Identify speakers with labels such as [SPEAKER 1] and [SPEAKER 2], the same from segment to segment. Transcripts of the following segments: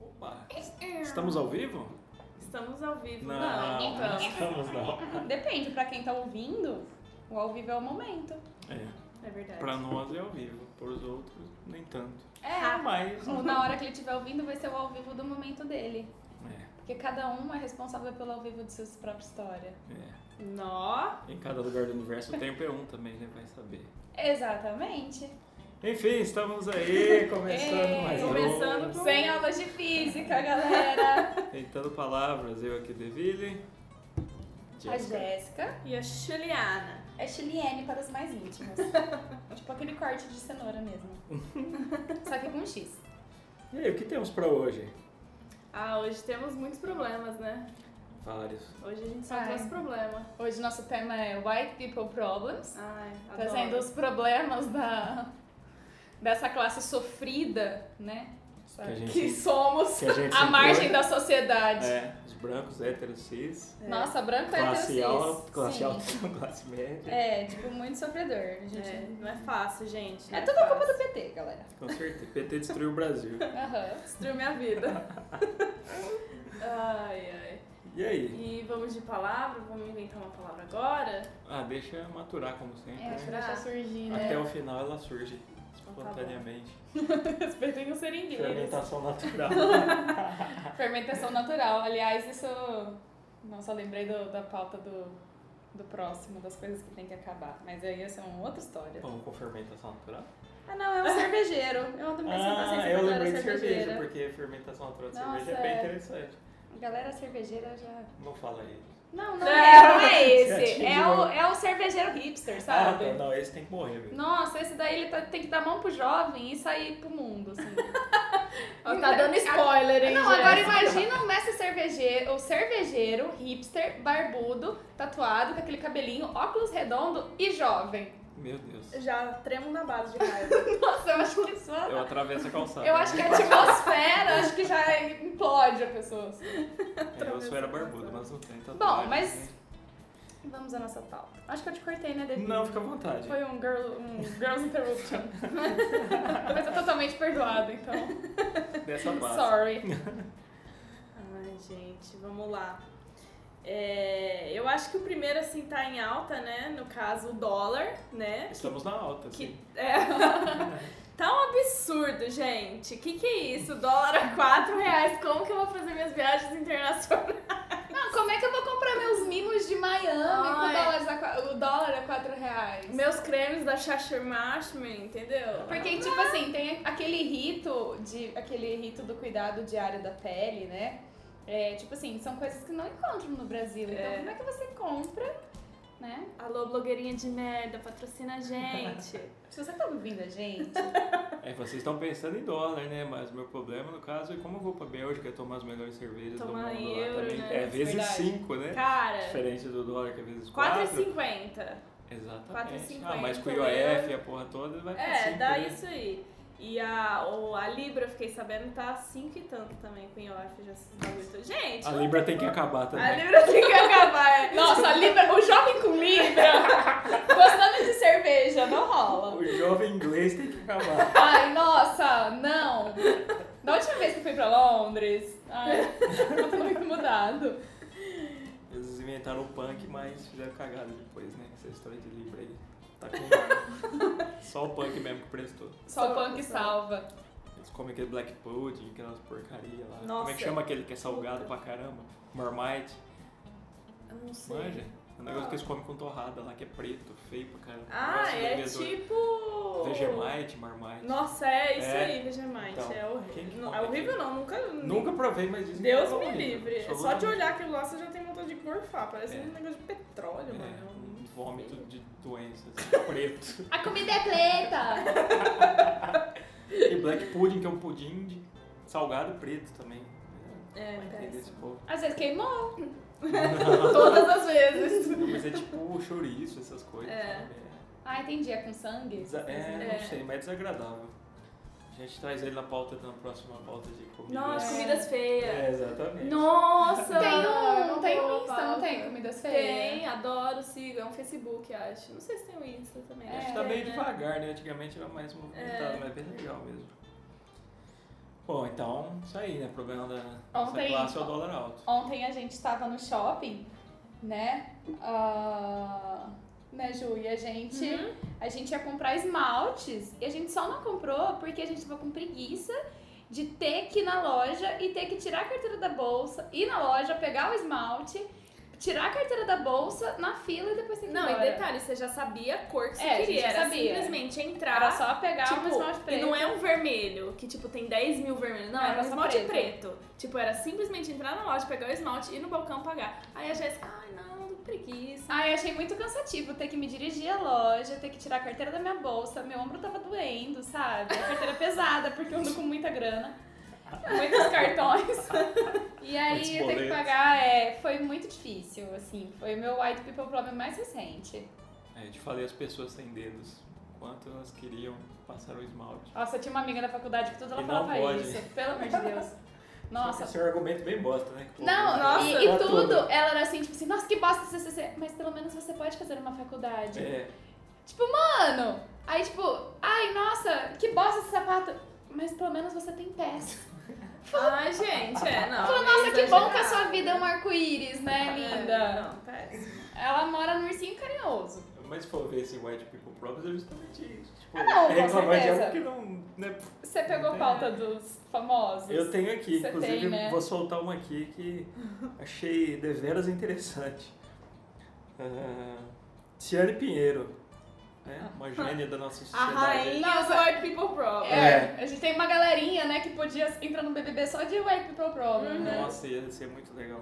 [SPEAKER 1] Opa! Estamos ao vivo?
[SPEAKER 2] Estamos ao vivo. Não,
[SPEAKER 1] não
[SPEAKER 2] então.
[SPEAKER 1] estamos não.
[SPEAKER 2] Depende, pra quem tá ouvindo, o ao vivo é o momento.
[SPEAKER 1] É,
[SPEAKER 2] É verdade.
[SPEAKER 1] pra nós é ao vivo, pros outros nem tanto.
[SPEAKER 2] É,
[SPEAKER 1] Ah, Mas
[SPEAKER 2] na hora que ele estiver ouvindo, vai ser o ao vivo do momento dele.
[SPEAKER 1] é,
[SPEAKER 2] Porque cada um é responsável pelo ao vivo de sua própria história.
[SPEAKER 1] é.
[SPEAKER 2] Nó!
[SPEAKER 1] Em cada lugar do universo o tempo é um também, né? Vai saber.
[SPEAKER 2] Exatamente.
[SPEAKER 1] Enfim, estamos aí, começando
[SPEAKER 2] Ei,
[SPEAKER 1] mais um.
[SPEAKER 2] começando com... Sem aulas de física, galera.
[SPEAKER 1] Tentando palavras, eu aqui, Deville.
[SPEAKER 2] a Jéssica
[SPEAKER 3] E a Juliana.
[SPEAKER 2] é chiliene para os mais íntimos. tipo aquele corte de cenoura mesmo. Só que com X.
[SPEAKER 1] E aí, o que temos pra hoje?
[SPEAKER 3] Ah, hoje temos muitos problemas, né?
[SPEAKER 1] Vários.
[SPEAKER 3] Hoje a gente só
[SPEAKER 2] Ai.
[SPEAKER 3] trouxe problema.
[SPEAKER 2] Hoje nosso tema é White People Problems.
[SPEAKER 3] Ai,
[SPEAKER 2] trazendo Tá os problemas da, dessa classe sofrida, né? Sabe?
[SPEAKER 1] Que
[SPEAKER 2] Que,
[SPEAKER 1] a gente-
[SPEAKER 2] somos
[SPEAKER 1] que a gente
[SPEAKER 2] a
[SPEAKER 1] sempre
[SPEAKER 2] margem
[SPEAKER 1] olha.
[SPEAKER 2] da sociedade.
[SPEAKER 1] É, os brancos, héteros, cis,
[SPEAKER 2] Nossa, branco é
[SPEAKER 1] classe
[SPEAKER 2] heterossis.
[SPEAKER 1] alta, classe
[SPEAKER 2] Sim.
[SPEAKER 1] alta, classe média.
[SPEAKER 2] É, tipo, muito sofredor. a Gente.
[SPEAKER 3] É,
[SPEAKER 2] É.
[SPEAKER 3] não é fácil, gente.
[SPEAKER 2] tudo a culpa do PT, galera.
[SPEAKER 1] Com certeza. PT destruiu o Brasil.
[SPEAKER 2] Aham.
[SPEAKER 3] Destruiu minha vida. ai, ai.
[SPEAKER 1] E aí?
[SPEAKER 3] E vamos de palavra? Vamos inventar uma palavra agora?
[SPEAKER 1] Ah, deixa maturar como sempre.
[SPEAKER 2] É,
[SPEAKER 1] né?
[SPEAKER 2] acho que deixa surgir,
[SPEAKER 1] Até
[SPEAKER 2] né? Então
[SPEAKER 1] o final ela surge
[SPEAKER 3] tá bom.
[SPEAKER 1] espontaneamente.
[SPEAKER 2] Respeitem os seringueiros.
[SPEAKER 1] Fermentação natural.
[SPEAKER 2] Fermentação natural. Aliás, isso... Nossa, eu lembrei do- da pauta do, do próximo, das coisas que tem que acabar. Mas aí essa é uma outra história.
[SPEAKER 1] Pão Tá com fermentação natural?
[SPEAKER 2] Ah, não, é um cervejeiro. Eu também sem paciência
[SPEAKER 1] Ah,
[SPEAKER 2] pra
[SPEAKER 1] eu
[SPEAKER 2] galera
[SPEAKER 1] lembrei de cerveja,
[SPEAKER 2] cervejeira.
[SPEAKER 1] porque fermentação natural de
[SPEAKER 2] Nossa,
[SPEAKER 1] cerveja é bem
[SPEAKER 2] é.
[SPEAKER 1] interessante.
[SPEAKER 2] Galera cervejeira já.
[SPEAKER 1] Não fala aí.
[SPEAKER 2] Não, não
[SPEAKER 3] Não,
[SPEAKER 2] é, não é esse.
[SPEAKER 1] atingiu.
[SPEAKER 2] É o, é o cervejeiro hipster,
[SPEAKER 1] um. Ah,
[SPEAKER 2] sabe?
[SPEAKER 1] tá, não, esse tem que morrer, velho.
[SPEAKER 2] Nossa, esse daí ele tá- tem que dar mão pro jovem e sair pro mundo, assim. Ó, tá dando spoiler, hein? Não, agora imagina o mestre cervejeiro, o cervejeiro, hipster, barbudo, tatuado, com aquele cabelinho, óculos redondo e jovem.
[SPEAKER 1] Meu Deus.
[SPEAKER 3] Já tremo na base de raiva.
[SPEAKER 2] Nossa, eu acho que isso.
[SPEAKER 1] Eu atravesso a calçada.
[SPEAKER 2] Eu acho que é a atmosfera, acho que já implode a pessoa. assim.
[SPEAKER 1] É, Eu só era barbudo, mas não tem tatuagem,
[SPEAKER 2] Bom, mas
[SPEAKER 1] né?
[SPEAKER 2] vamos à nossa pauta. Acho que eu te cortei, né, David?
[SPEAKER 1] Não, fica à vontade.
[SPEAKER 2] Foi um, girl, um girl's interruption. Mas tá totalmente perdoado, então.
[SPEAKER 1] Dessa base.
[SPEAKER 2] Sorry.
[SPEAKER 3] ai, gente, vamos lá. É, eu acho que o primeiro, assim, tá em alta, né? No caso, o dólar, né?
[SPEAKER 1] Estamos na alta,
[SPEAKER 3] Que,
[SPEAKER 1] assim.
[SPEAKER 3] é. tá um absurdo, gente. Que que é isso? Dólar a 4 reais. Como que eu vou fazer minhas viagens internacionais?
[SPEAKER 2] Não, como é que eu vou comprar meus mimos de Miami com
[SPEAKER 3] Ai.
[SPEAKER 2] dólares a qua- o dólar a 4 reais?
[SPEAKER 3] Meus cremes da Chachemashman, entendeu?
[SPEAKER 2] Porque, tipo assim, tem aquele rito de aquele rito do cuidado diário da pele, né? É, tipo assim, são coisas que não encontram no Brasil. Então,
[SPEAKER 3] É.
[SPEAKER 2] como é que você compra, né?
[SPEAKER 3] Alô, blogueirinha de merda, patrocina a gente.
[SPEAKER 2] Se você tá ouvindo a gente,
[SPEAKER 1] É, vocês estão pensando em dólar, né? Mas o meu problema, no caso, é como eu vou pra Bélgica tomar as melhores cervejas
[SPEAKER 3] Tomar
[SPEAKER 1] do mundo
[SPEAKER 3] em
[SPEAKER 1] lá
[SPEAKER 3] euro,
[SPEAKER 1] também.
[SPEAKER 3] né?
[SPEAKER 1] É vezes
[SPEAKER 2] Verdade.
[SPEAKER 1] 5, né?
[SPEAKER 3] Cara,
[SPEAKER 1] Diferente do dólar que é vezes 4.
[SPEAKER 3] 4,50.
[SPEAKER 1] Exatamente.
[SPEAKER 3] 4,50
[SPEAKER 1] Ah, mas com o
[SPEAKER 3] euro.
[SPEAKER 1] IOF e a porra toda vai pra
[SPEAKER 3] É,
[SPEAKER 1] 5,
[SPEAKER 3] dá
[SPEAKER 1] né?
[SPEAKER 3] isso aí. E a, o, a Libra, eu fiquei sabendo, tá 5 e tanto também com o IOF. Já se bagulho. Gente,
[SPEAKER 1] A Libra tem que acabar também.
[SPEAKER 3] a Libra tem que acabar. é.
[SPEAKER 2] Nossa, Libra, o jovem com Libra, gostando de cerveja, não rola.
[SPEAKER 1] O jovem inglês tem que acabar.
[SPEAKER 2] Ai, nossa, não. Da última vez que eu fui pra Londres, ai, eu tô muito mudado.
[SPEAKER 1] Eles inventaram o punk, mas fizeram cagada depois, né? Essa história de Libra aí. Tá com Só o punk mesmo que prestou.
[SPEAKER 2] Só o punk salva.
[SPEAKER 1] Eles comem aquele black pudding, aquelas porcaria lá. Como é
[SPEAKER 3] Nossa.
[SPEAKER 1] que chama aquele que é salgado pra caramba? Marmite.
[SPEAKER 3] Eu não sei.
[SPEAKER 1] Manja? É um negócio que eles comem com torrada lá, que é preto, feio pra caramba.
[SPEAKER 3] Ah,
[SPEAKER 1] Nossa,
[SPEAKER 3] é
[SPEAKER 1] devedor.
[SPEAKER 3] tipo.
[SPEAKER 1] Vegemite, Marmite.
[SPEAKER 3] Nossa, é isso
[SPEAKER 1] É.
[SPEAKER 3] aí, Vegemite.
[SPEAKER 1] Então,
[SPEAKER 3] é
[SPEAKER 1] quem que
[SPEAKER 3] horrível. Não,
[SPEAKER 1] come
[SPEAKER 3] é horrível não, nunca.
[SPEAKER 1] Nunca provei, mas dizem que
[SPEAKER 3] Deus
[SPEAKER 1] é
[SPEAKER 3] me
[SPEAKER 1] horrível.
[SPEAKER 3] livre.
[SPEAKER 1] Absolutamente.
[SPEAKER 3] Só de olhar aquilo lá você já tem vontade de gorfar. Parece
[SPEAKER 1] É.
[SPEAKER 3] um negócio de petróleo,
[SPEAKER 1] É,
[SPEAKER 3] mano.
[SPEAKER 1] um vômito de doenças, assim, preto.
[SPEAKER 2] A comida é preta.
[SPEAKER 1] black pudding, que é um pudim de salgado preto também.
[SPEAKER 3] É,
[SPEAKER 1] Vai entender esse
[SPEAKER 3] péssimo.
[SPEAKER 1] povo.
[SPEAKER 2] Às vezes queimou.
[SPEAKER 3] Todas as vezes.
[SPEAKER 1] Não, Mas é tipo chouriço, essas coisas.
[SPEAKER 3] É.
[SPEAKER 1] sabe? É.
[SPEAKER 2] Ah, entendi. É com sangue?
[SPEAKER 1] Desa- É,
[SPEAKER 3] É.
[SPEAKER 1] não sei, mas é desagradável. A gente traz ele na pauta, na próxima pauta de comida.
[SPEAKER 3] Nossa,
[SPEAKER 2] É.
[SPEAKER 3] comidas feias.
[SPEAKER 1] É, exatamente.
[SPEAKER 3] Nossa!
[SPEAKER 2] Tem
[SPEAKER 3] eu
[SPEAKER 2] um,
[SPEAKER 3] não
[SPEAKER 2] tem
[SPEAKER 3] vou
[SPEAKER 2] um Insta, não
[SPEAKER 3] falar.
[SPEAKER 2] tem? Comidas feias?
[SPEAKER 3] Tem, adoro, sigo. É um Facebook, acho. Não sei se tem o Insta também.
[SPEAKER 1] A gente
[SPEAKER 3] Acho
[SPEAKER 1] tá
[SPEAKER 3] que
[SPEAKER 1] meio
[SPEAKER 2] é,
[SPEAKER 3] tem, né?
[SPEAKER 1] devagar, né? Antigamente era mais movimentado,
[SPEAKER 3] É.
[SPEAKER 1] mas é bem legal mesmo. Bom, então, isso aí, né? O problema da nossa
[SPEAKER 2] Ontem-
[SPEAKER 1] classe é o dólar alto.
[SPEAKER 2] Ontem a gente estava no shopping, né? Ah, né, Ju? E a gente,
[SPEAKER 3] Uhum.
[SPEAKER 2] a gente ia comprar esmaltes e a gente só não comprou porque a gente tava com preguiça de ter que ir na loja e ter que tirar a carteira da bolsa, ir na loja, pegar o esmalte, tirar a carteira da bolsa na fila e depois ter que ir
[SPEAKER 3] Não,
[SPEAKER 2] embora.
[SPEAKER 3] e detalhe, você já sabia a cor que você
[SPEAKER 2] É, a gente
[SPEAKER 3] queria.
[SPEAKER 2] já
[SPEAKER 3] Era
[SPEAKER 2] sabia.
[SPEAKER 3] simplesmente entrar.
[SPEAKER 2] Era só pegar um esmalte
[SPEAKER 3] Tipo, e
[SPEAKER 2] preto.
[SPEAKER 3] não é um vermelho, que tipo tem 10 mil vermelhos. Não,
[SPEAKER 2] Era
[SPEAKER 3] era, um
[SPEAKER 2] só
[SPEAKER 3] esmalte
[SPEAKER 2] preto.
[SPEAKER 3] preto. Tipo, era simplesmente entrar na loja, pegar o esmalte, ir no balcão pagar. Aí a Jéssica, ai não, tô com preguiça.
[SPEAKER 2] Ai, achei muito cansativo ter que me dirigir à loja, ter que tirar a carteira da minha bolsa. Meu ombro tava doendo, sabe? A carteira é pesada, porque eu ando com muita grana. Muitos cartões. E
[SPEAKER 1] Muitos
[SPEAKER 2] aí eu ter que
[SPEAKER 1] boletos.
[SPEAKER 2] pagar, é, foi muito difícil, assim. Foi o meu white people problem mais recente.
[SPEAKER 1] É, eu te falei as pessoas sem dedos. Quanto elas queriam passar o esmalte.
[SPEAKER 2] Nossa, eu tinha uma amiga da faculdade que tudo ela
[SPEAKER 1] E não
[SPEAKER 2] falava
[SPEAKER 1] pode.
[SPEAKER 2] isso. Pelo amor de Deus. Nossa,
[SPEAKER 1] Esse é um argumento bem bosta, né? Que o
[SPEAKER 2] Não,
[SPEAKER 1] povo-
[SPEAKER 3] Nossa.
[SPEAKER 2] e, e
[SPEAKER 1] Pra
[SPEAKER 2] tudo,
[SPEAKER 1] tudo.
[SPEAKER 2] ela era assim, tipo assim, nossa, que bosta CCC. Mas pelo menos você pode fazer uma faculdade.
[SPEAKER 1] É,
[SPEAKER 2] Tipo, mano! Aí, tipo, ai, nossa, que bosta esse sapato. Mas pelo menos você tem pés.
[SPEAKER 3] Ai, gente, é, não.
[SPEAKER 2] Falou,
[SPEAKER 3] meio
[SPEAKER 2] nossa, que bom que a sua
[SPEAKER 3] exagerado.
[SPEAKER 2] vida é um arco-íris, né,
[SPEAKER 3] É,
[SPEAKER 2] linda?
[SPEAKER 3] não, péssimo.
[SPEAKER 2] Ela mora no ursinho carinhoso.
[SPEAKER 1] mas se for ver esse white people problems, é justamente isso. Tipo,
[SPEAKER 2] Ah, não, com
[SPEAKER 1] é reclamar de
[SPEAKER 2] certeza.
[SPEAKER 1] algo que não... Né?
[SPEAKER 2] Você
[SPEAKER 3] Uhum.
[SPEAKER 2] pegou a pauta dos famosos?
[SPEAKER 1] Eu tenho aqui,
[SPEAKER 2] Você
[SPEAKER 1] inclusive
[SPEAKER 2] tem, né?
[SPEAKER 1] vou soltar uma aqui que achei deveras interessante. Ah, Ciane Pinheiro,
[SPEAKER 2] Ah.
[SPEAKER 1] né? uma gênia da nossa
[SPEAKER 3] A
[SPEAKER 1] sociedade.
[SPEAKER 3] rainha
[SPEAKER 2] Nossa.
[SPEAKER 3] do White é People Problem.
[SPEAKER 2] É,
[SPEAKER 1] É.
[SPEAKER 2] a gente tem uma galerinha, né, que podia entrar no BBB só de White People Problem, né?
[SPEAKER 1] Nossa, ia ser muito legal.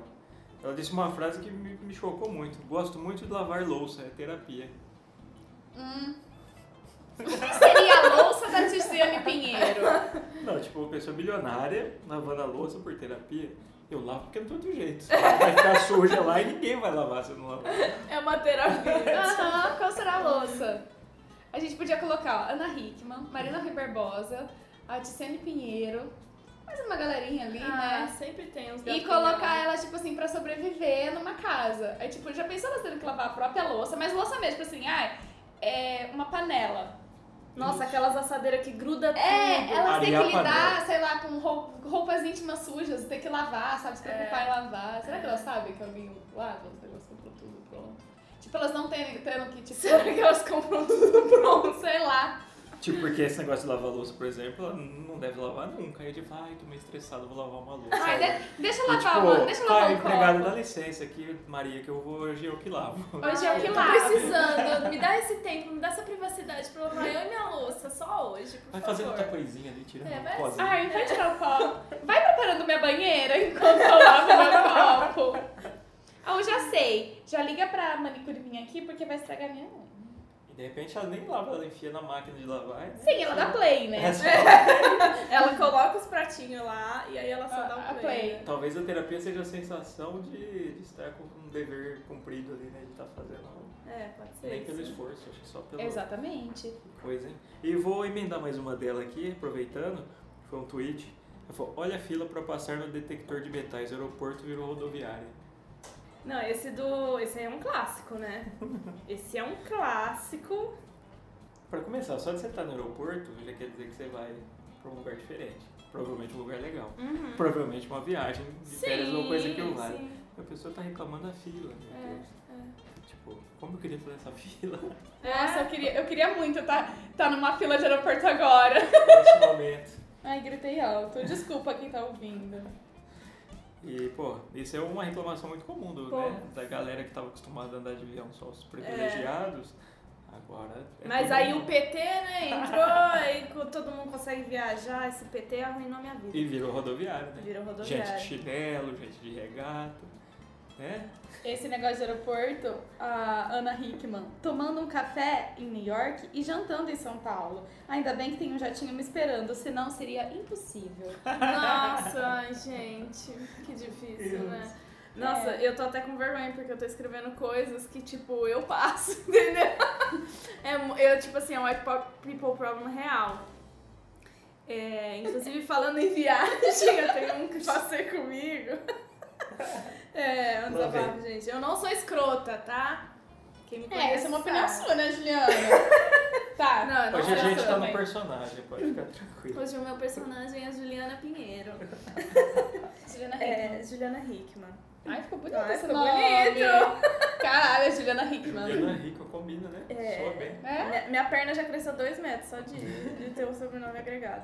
[SPEAKER 1] Ela disse uma frase que me, me chocou muito. Gosto muito de lavar louça, é terapia.
[SPEAKER 3] Uhum.
[SPEAKER 2] Hum. Seria a louça da Tiziane Pinheiro.
[SPEAKER 1] Não, tipo, uma pessoa milionária lavando a louça por terapia. Eu lavo porque não tem outro jeito. Vai ficar suja lá e ninguém vai lavar se eu não lavar.
[SPEAKER 3] É uma terapia.
[SPEAKER 2] Aham, qual será a louça? A gente podia colocar ó, Ana Hickman, Marina Rui Barbosa, a Tiziane Pinheiro, mais uma galerinha ali,
[SPEAKER 3] Ah,
[SPEAKER 2] né?
[SPEAKER 3] sempre tem uns
[SPEAKER 2] E
[SPEAKER 3] gatinhos.
[SPEAKER 2] colocar ela, tipo assim, pra sobreviver numa casa. Aí, tipo, já pensou elas tendo que lavar a própria louça, mas louça mesmo, tipo assim, ai, é uma panela.
[SPEAKER 3] Nossa, aquelas assadeiras que gruda tudo.
[SPEAKER 2] É, elas têm
[SPEAKER 1] Arear
[SPEAKER 2] que
[SPEAKER 1] a
[SPEAKER 2] lidar,
[SPEAKER 1] panela.
[SPEAKER 2] sei lá, com rou- roupas íntimas sujas, tem que lavar, sabe? Se preocupar em lavar. Será que elas sabem que alguém lava? Será que elas compram tudo pronto? Tipo, elas não têm, tendo que, tipo,
[SPEAKER 3] Será que elas compram tudo pronto?
[SPEAKER 2] sei lá.
[SPEAKER 1] Tipo, porque esse negócio de lavar louça, por exemplo, ela não deve lavar nunca. Aí tipo, ai, tô meio estressado, vou lavar uma louça.
[SPEAKER 2] Ai,
[SPEAKER 1] Aí,
[SPEAKER 2] de- deixa eu
[SPEAKER 1] e,
[SPEAKER 2] lavar,
[SPEAKER 1] tipo,
[SPEAKER 2] mano, deixa eu lavar
[SPEAKER 1] ai,
[SPEAKER 2] o
[SPEAKER 1] empregada, dá
[SPEAKER 2] copo.
[SPEAKER 1] licença aqui, Maria, que eu vou hoje eu que lavo.
[SPEAKER 2] Hoje é o
[SPEAKER 3] Ai,
[SPEAKER 2] que
[SPEAKER 3] eu
[SPEAKER 2] lava.
[SPEAKER 3] Tô precisando. Me dá esse tempo, me dá essa privacidade pra eu lavar eu e minha louça, só hoje, por
[SPEAKER 1] Vai
[SPEAKER 3] favor.
[SPEAKER 1] fazer outra coisinha ali, tira
[SPEAKER 3] É,
[SPEAKER 1] um
[SPEAKER 3] vai-
[SPEAKER 1] pozinho.
[SPEAKER 2] Ai, vai tirar o copo. Vai preparando minha banheira enquanto eu lavo meu copo. Ah, eu já sei. Já liga pra manicure minha aqui porque vai estragar minha unha.
[SPEAKER 1] E de repente ela nem lava, ela enfia na máquina de lavar.
[SPEAKER 2] Sim, ela dá play, né?
[SPEAKER 1] É só-
[SPEAKER 3] Ela coloca os pratinhos lá e aí ela só
[SPEAKER 2] Ah,
[SPEAKER 3] dá
[SPEAKER 2] ah,
[SPEAKER 3] um play.
[SPEAKER 2] play.
[SPEAKER 3] né?
[SPEAKER 1] Talvez a terapia seja a sensação de, de estar com um dever cumprido ali, né? De estar fazendo algo.
[SPEAKER 3] É, pode ser.
[SPEAKER 1] Nem pelo
[SPEAKER 3] isso.
[SPEAKER 1] esforço, acho que só pela
[SPEAKER 2] Exatamente.
[SPEAKER 1] coisa, hein? E vou emendar mais uma dela aqui, aproveitando. Foi um tweet. Ela falou, olha a fila pra passar no detector de metais, aeroporto virou rodoviária.
[SPEAKER 3] Não, esse do. Esse aí é um clássico, né? Esse é um clássico.
[SPEAKER 1] Pra começar, só de você estar no aeroporto, já quer dizer que você vai pra um lugar diferente. Provavelmente um lugar legal.
[SPEAKER 3] Uhum.
[SPEAKER 1] Provavelmente uma viagem de férias ou coisa que eu vale.
[SPEAKER 3] sim.
[SPEAKER 1] A pessoa tá reclamando da fila, meu
[SPEAKER 3] É,
[SPEAKER 1] Deus. Tipo, como eu queria fazer essa fila
[SPEAKER 2] Nossa, eu queria, eu queria muito estar tá numa fila de aeroporto agora.
[SPEAKER 1] nesse momento?
[SPEAKER 2] Ai, gritei alto. Desculpa quem tá ouvindo.
[SPEAKER 1] E, pô, isso é uma reclamação muito comum do,
[SPEAKER 3] Pô. É.
[SPEAKER 1] né, da galera que tava acostumada a andar de avião só os privilegiados. Agora. é
[SPEAKER 3] Mas
[SPEAKER 1] todo
[SPEAKER 3] aí o
[SPEAKER 1] mundo.
[SPEAKER 3] PT, né, entrou e todo mundo consegue viajar. Esse PT arruinou minha vida.
[SPEAKER 1] E virou rodoviário, né?
[SPEAKER 3] Virou rodoviário.
[SPEAKER 1] Gente de chinelo, gente de regata. né?
[SPEAKER 3] Esse negócio de aeroporto, a Ana Hickman, tomando um café em New York e jantando em São Paulo. Ainda bem que tem um jatinho me esperando, senão seria impossível.
[SPEAKER 2] Nossa, ai, gente, que difícil, né?
[SPEAKER 3] Nossa, eu tô até com vergonha porque eu tô escrevendo coisas que, tipo, eu passo, entendeu? É, mu- eu, tipo assim, é um white po- people problem real. É, inclusive, falando em viagem, eu tenho um que passei comigo. É, um
[SPEAKER 1] Lá
[SPEAKER 3] desabafo, gente. Eu não sou escrota, tá? Quem me conhece
[SPEAKER 2] É, essa é uma opinião
[SPEAKER 3] sabe.
[SPEAKER 2] sua, né, Juliana?
[SPEAKER 3] Tá. Não, eu não
[SPEAKER 1] Hoje
[SPEAKER 3] sou
[SPEAKER 1] a gente tá
[SPEAKER 3] escrota.
[SPEAKER 1] no personagem, pode ficar tranquilo.
[SPEAKER 3] Hoje o meu personagem é Juliana Pinheiro.
[SPEAKER 2] Juliana Hickman.
[SPEAKER 3] É, Juliana Hickman.
[SPEAKER 2] Ai, ficou bonito
[SPEAKER 3] Ah,
[SPEAKER 2] esse
[SPEAKER 3] ficou
[SPEAKER 2] nome.
[SPEAKER 3] bonito. Caralho, é Juliana Hickman.
[SPEAKER 1] Juliana Rico combina, né?
[SPEAKER 3] É.
[SPEAKER 1] Soa bem.
[SPEAKER 2] É?
[SPEAKER 3] Minha, minha perna já cresceu dois metros só de, de ter o sobrenome agregado.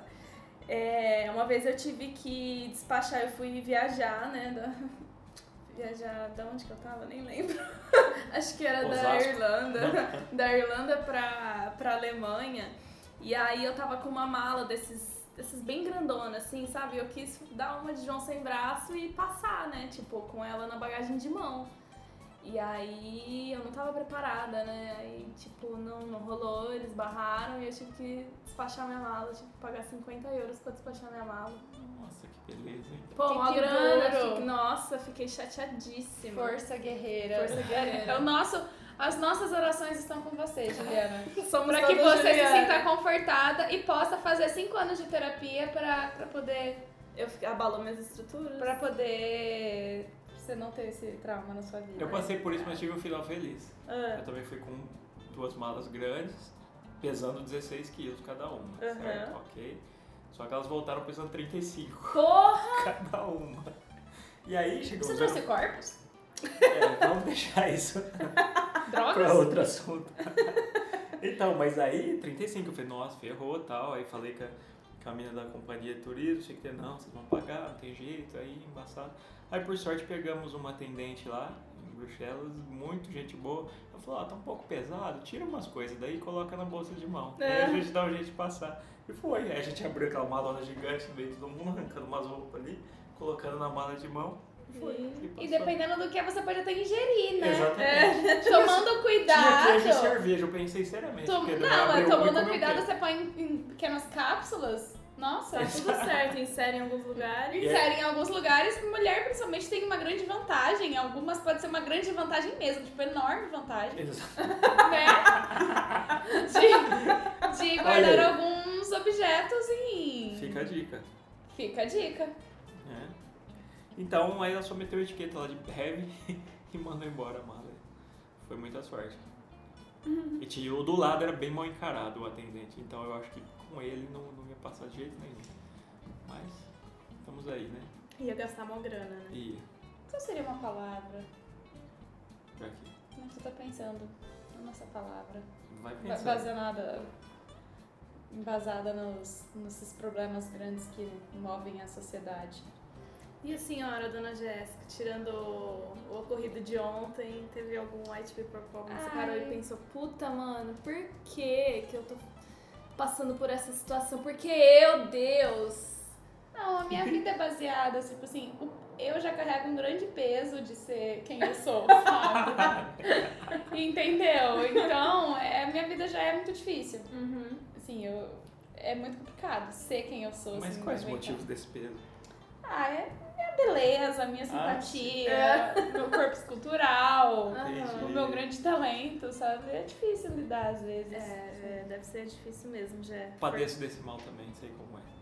[SPEAKER 3] É, uma vez eu tive que despachar, eu fui viajar, né? Da, viajar da onde que eu tava, nem lembro. Acho que era da
[SPEAKER 1] Osasco.
[SPEAKER 3] Irlanda. Da Irlanda pra, pra Alemanha. E aí eu tava com uma mala desses, desses bem grandona, assim, sabe? Eu quis dar uma de João sem braço e passar, né? Tipo, com ela na bagagem de mão. E aí eu não tava preparada, né? Aí, tipo, não, não rolou, eles barraram e eu tive que despachar minha mala. Eu tive que pagar 50 euros pra despachar minha mala.
[SPEAKER 1] Nossa, que beleza, hein?
[SPEAKER 3] Pô,
[SPEAKER 2] Que
[SPEAKER 3] uma
[SPEAKER 2] que
[SPEAKER 3] grana.
[SPEAKER 2] duro.
[SPEAKER 3] fiquei- nossa, fiquei chateadíssima.
[SPEAKER 2] Força guerreira. É
[SPEAKER 3] Força guerreira.
[SPEAKER 2] O nosso, as nossas orações estão com você, Juliana.
[SPEAKER 3] Somos
[SPEAKER 2] Pra que
[SPEAKER 3] todas
[SPEAKER 2] você se
[SPEAKER 3] Juliana.
[SPEAKER 2] sinta confortada e possa fazer cinco anos de terapia pra, pra poder.
[SPEAKER 3] Eu fiquei, abalou minhas estruturas.
[SPEAKER 2] para poder. Você não ter esse trauma na sua vida.
[SPEAKER 1] Eu passei por isso, mas tive um final feliz.
[SPEAKER 3] Ah.
[SPEAKER 1] Eu também fui com duas malas grandes, pesando 16 quilos cada uma, certo? Ok. Só que elas voltaram pesando 35
[SPEAKER 3] Porra!
[SPEAKER 1] cada uma. E aí chegou
[SPEAKER 2] Você
[SPEAKER 1] um
[SPEAKER 2] trouxe
[SPEAKER 1] zero-
[SPEAKER 2] corpos?
[SPEAKER 1] É, vamos deixar isso pra
[SPEAKER 2] Drogas?
[SPEAKER 1] outro assunto. então, mas aí, 35, eu falei, nossa, ferrou tal. Aí falei com a, com a mina da companhia de turismo, achei que ter, não, vocês vão pagar, não tem jeito, aí embaçado. Aí por sorte pegamos uma atendente lá em Bruxelas, muito gente boa. Ela falou, ah, tá um pouco pesado, tira umas coisas daí e coloca na bolsa de mão. Aí a gente dá um jeito de passar. E foi, aí a gente abriu aquela malona gigante no meio de todo mundo, arrancando umas roupas ali, colocando na mala de mão. E foi.
[SPEAKER 2] E
[SPEAKER 1] passou.
[SPEAKER 2] dependendo do que é, você pode até ingerir, né?
[SPEAKER 1] Exatamente. Tinha
[SPEAKER 2] Tomando
[SPEAKER 1] queijo e
[SPEAKER 2] cuidado.
[SPEAKER 1] cerveja, eu pensei seriamente.
[SPEAKER 2] Tom-
[SPEAKER 1] porque
[SPEAKER 2] Não,
[SPEAKER 1] abriu
[SPEAKER 2] mas
[SPEAKER 1] o olho e
[SPEAKER 2] tomando
[SPEAKER 1] comeu
[SPEAKER 2] cuidado
[SPEAKER 1] queijo.
[SPEAKER 2] você põe em, em pequenas cápsulas. Nossa, é
[SPEAKER 3] Tá tudo certo, insere em alguns lugares.
[SPEAKER 1] E é-
[SPEAKER 2] Sério, em alguns lugares, mulher principalmente tem uma grande vantagem. Em algumas pode ser uma grande vantagem mesmo, tipo, enorme vantagem,
[SPEAKER 1] Exato.
[SPEAKER 2] né? De, de guardar
[SPEAKER 1] Olha aí.
[SPEAKER 2] alguns objetos em.
[SPEAKER 1] Fica a dica.
[SPEAKER 2] Fica a dica.
[SPEAKER 1] né? Então, aí ela só meteu a etiqueta lá de heavy e mandou embora a mala. Foi muita sorte. E tinha o do lado era bem mal encarado o atendente, então eu acho que com ele não, não ia passar de jeito nenhum. Mas estamos aí, né?
[SPEAKER 3] Ia gastar mó grana, né?
[SPEAKER 1] E
[SPEAKER 2] Qual Então seria uma palavra?
[SPEAKER 1] tá aqui.
[SPEAKER 2] Não, você tá pensando na nossa palavra.
[SPEAKER 1] Vai
[SPEAKER 2] Ba-
[SPEAKER 1] pensando.
[SPEAKER 2] Baseada, embasada nos, nesses problemas grandes que movem a sociedade.
[SPEAKER 3] E a senhora, dona Jéssica, tirando o o ocorrido de ontem, teve algum white paper problem? Você
[SPEAKER 2] Ai.
[SPEAKER 3] parou e pensou, puta, mano, por que que eu tô passando por essa situação? Porque eu, Deus...
[SPEAKER 2] Não, a minha vida é baseada, tipo assim, o- eu já carrego um grande peso de ser quem eu sou, sabe? Entendeu? Então, é, minha vida já é muito difícil.
[SPEAKER 3] Uhum.
[SPEAKER 2] Assim, eu, é muito complicado ser quem eu sou.
[SPEAKER 1] Mas
[SPEAKER 2] assim,
[SPEAKER 1] quais os
[SPEAKER 2] aguentar.
[SPEAKER 1] motivos desse peso?
[SPEAKER 2] Ah, é minha beleza, minha
[SPEAKER 1] Ah,
[SPEAKER 2] simpatia,
[SPEAKER 3] É.
[SPEAKER 2] meu corpo escultural,
[SPEAKER 3] Ah,
[SPEAKER 1] Entendi.
[SPEAKER 2] o meu grande talento, sabe? É difícil lidar às vezes.
[SPEAKER 3] É, é, deve ser difícil mesmo, Jé.
[SPEAKER 1] Padeço desse mal também, sei como é.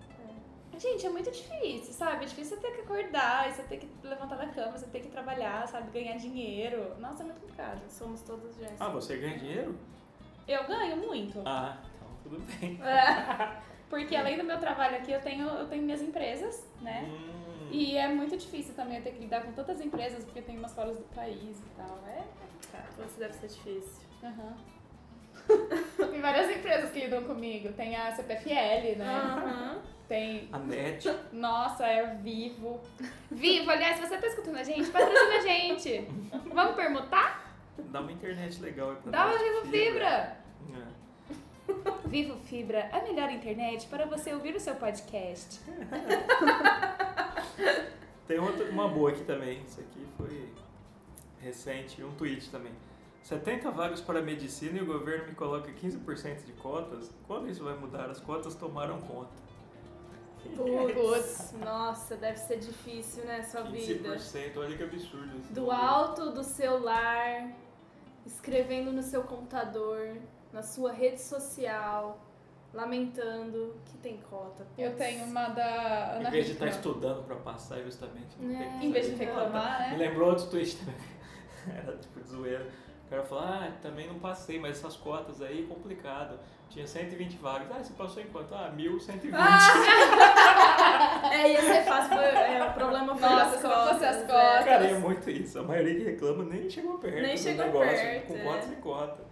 [SPEAKER 2] Gente, é muito difícil, sabe? É difícil você ter que acordar, você ter que levantar da cama, você ter que trabalhar, sabe? Ganhar dinheiro. Nossa, é muito complicado.
[SPEAKER 3] Somos todos Jéssica.
[SPEAKER 1] Ah, você ganha dinheiro?
[SPEAKER 2] Eu ganho muito.
[SPEAKER 1] Ah, então tudo bem.
[SPEAKER 3] É.
[SPEAKER 2] Porque além do meu trabalho aqui, eu tenho, eu tenho minhas empresas, né?
[SPEAKER 1] Hum.
[SPEAKER 2] E é muito difícil também eu ter que lidar com tantas empresas, porque tem umas fora do país e tal. É
[SPEAKER 3] Tá, você deve ser difícil.
[SPEAKER 2] Aham. Tem várias empresas que lidam comigo. Tem a CPFL, né? Tem.
[SPEAKER 1] A net.
[SPEAKER 2] Nossa, é vivo. Vivo, aliás, se você tá escutando a gente, patrocina a gente. Vamos permutar?
[SPEAKER 1] Dá uma internet legal aí pra
[SPEAKER 2] Dá uma
[SPEAKER 1] nós,
[SPEAKER 2] Vivo Fibra.
[SPEAKER 1] É.
[SPEAKER 2] Vivo Fibra, a melhor internet para você ouvir o seu podcast.
[SPEAKER 1] Tem outra, uma boa aqui também. Isso aqui foi recente, um tweet também. 70 vagas para medicina e o governo me coloca 15% de cotas? Quando isso vai mudar? As cotas tomaram conta.
[SPEAKER 3] Putz, nossa, deve ser difícil, né, sua vida.
[SPEAKER 1] 15%, olha que absurdo. esse
[SPEAKER 3] Do
[SPEAKER 1] número.
[SPEAKER 3] alto do celular, escrevendo no seu computador, na sua rede social, lamentando que tem cota.
[SPEAKER 2] Eu
[SPEAKER 3] Putz.
[SPEAKER 2] tenho uma da Ana
[SPEAKER 1] Em vez de estar
[SPEAKER 2] Hickman.
[SPEAKER 1] estudando para passar, justamente. não tem que
[SPEAKER 3] É.
[SPEAKER 2] né? Em vez de
[SPEAKER 1] saber.
[SPEAKER 2] reclamar,
[SPEAKER 1] Me
[SPEAKER 2] né?
[SPEAKER 1] lembrou outro tweet também. Era tipo de zoeira. O cara falou, ah, também não passei, mas essas cotas aí, complicado. Tinha 120 vagas. Ah, você passou em quanto? Ah, 1.120.
[SPEAKER 2] Ah,
[SPEAKER 3] É, ia ser fácil, foi, é, o problema foi
[SPEAKER 2] Nossa,
[SPEAKER 3] as
[SPEAKER 2] se não
[SPEAKER 3] cotas.
[SPEAKER 2] fosse as
[SPEAKER 3] né?
[SPEAKER 2] cotas.
[SPEAKER 1] Cara, é muito isso. A maioria que reclama nem chegou perto
[SPEAKER 3] Nem
[SPEAKER 1] do
[SPEAKER 3] chegou
[SPEAKER 1] negócio,
[SPEAKER 3] perto,
[SPEAKER 1] com
[SPEAKER 3] é.
[SPEAKER 1] cotas e cota.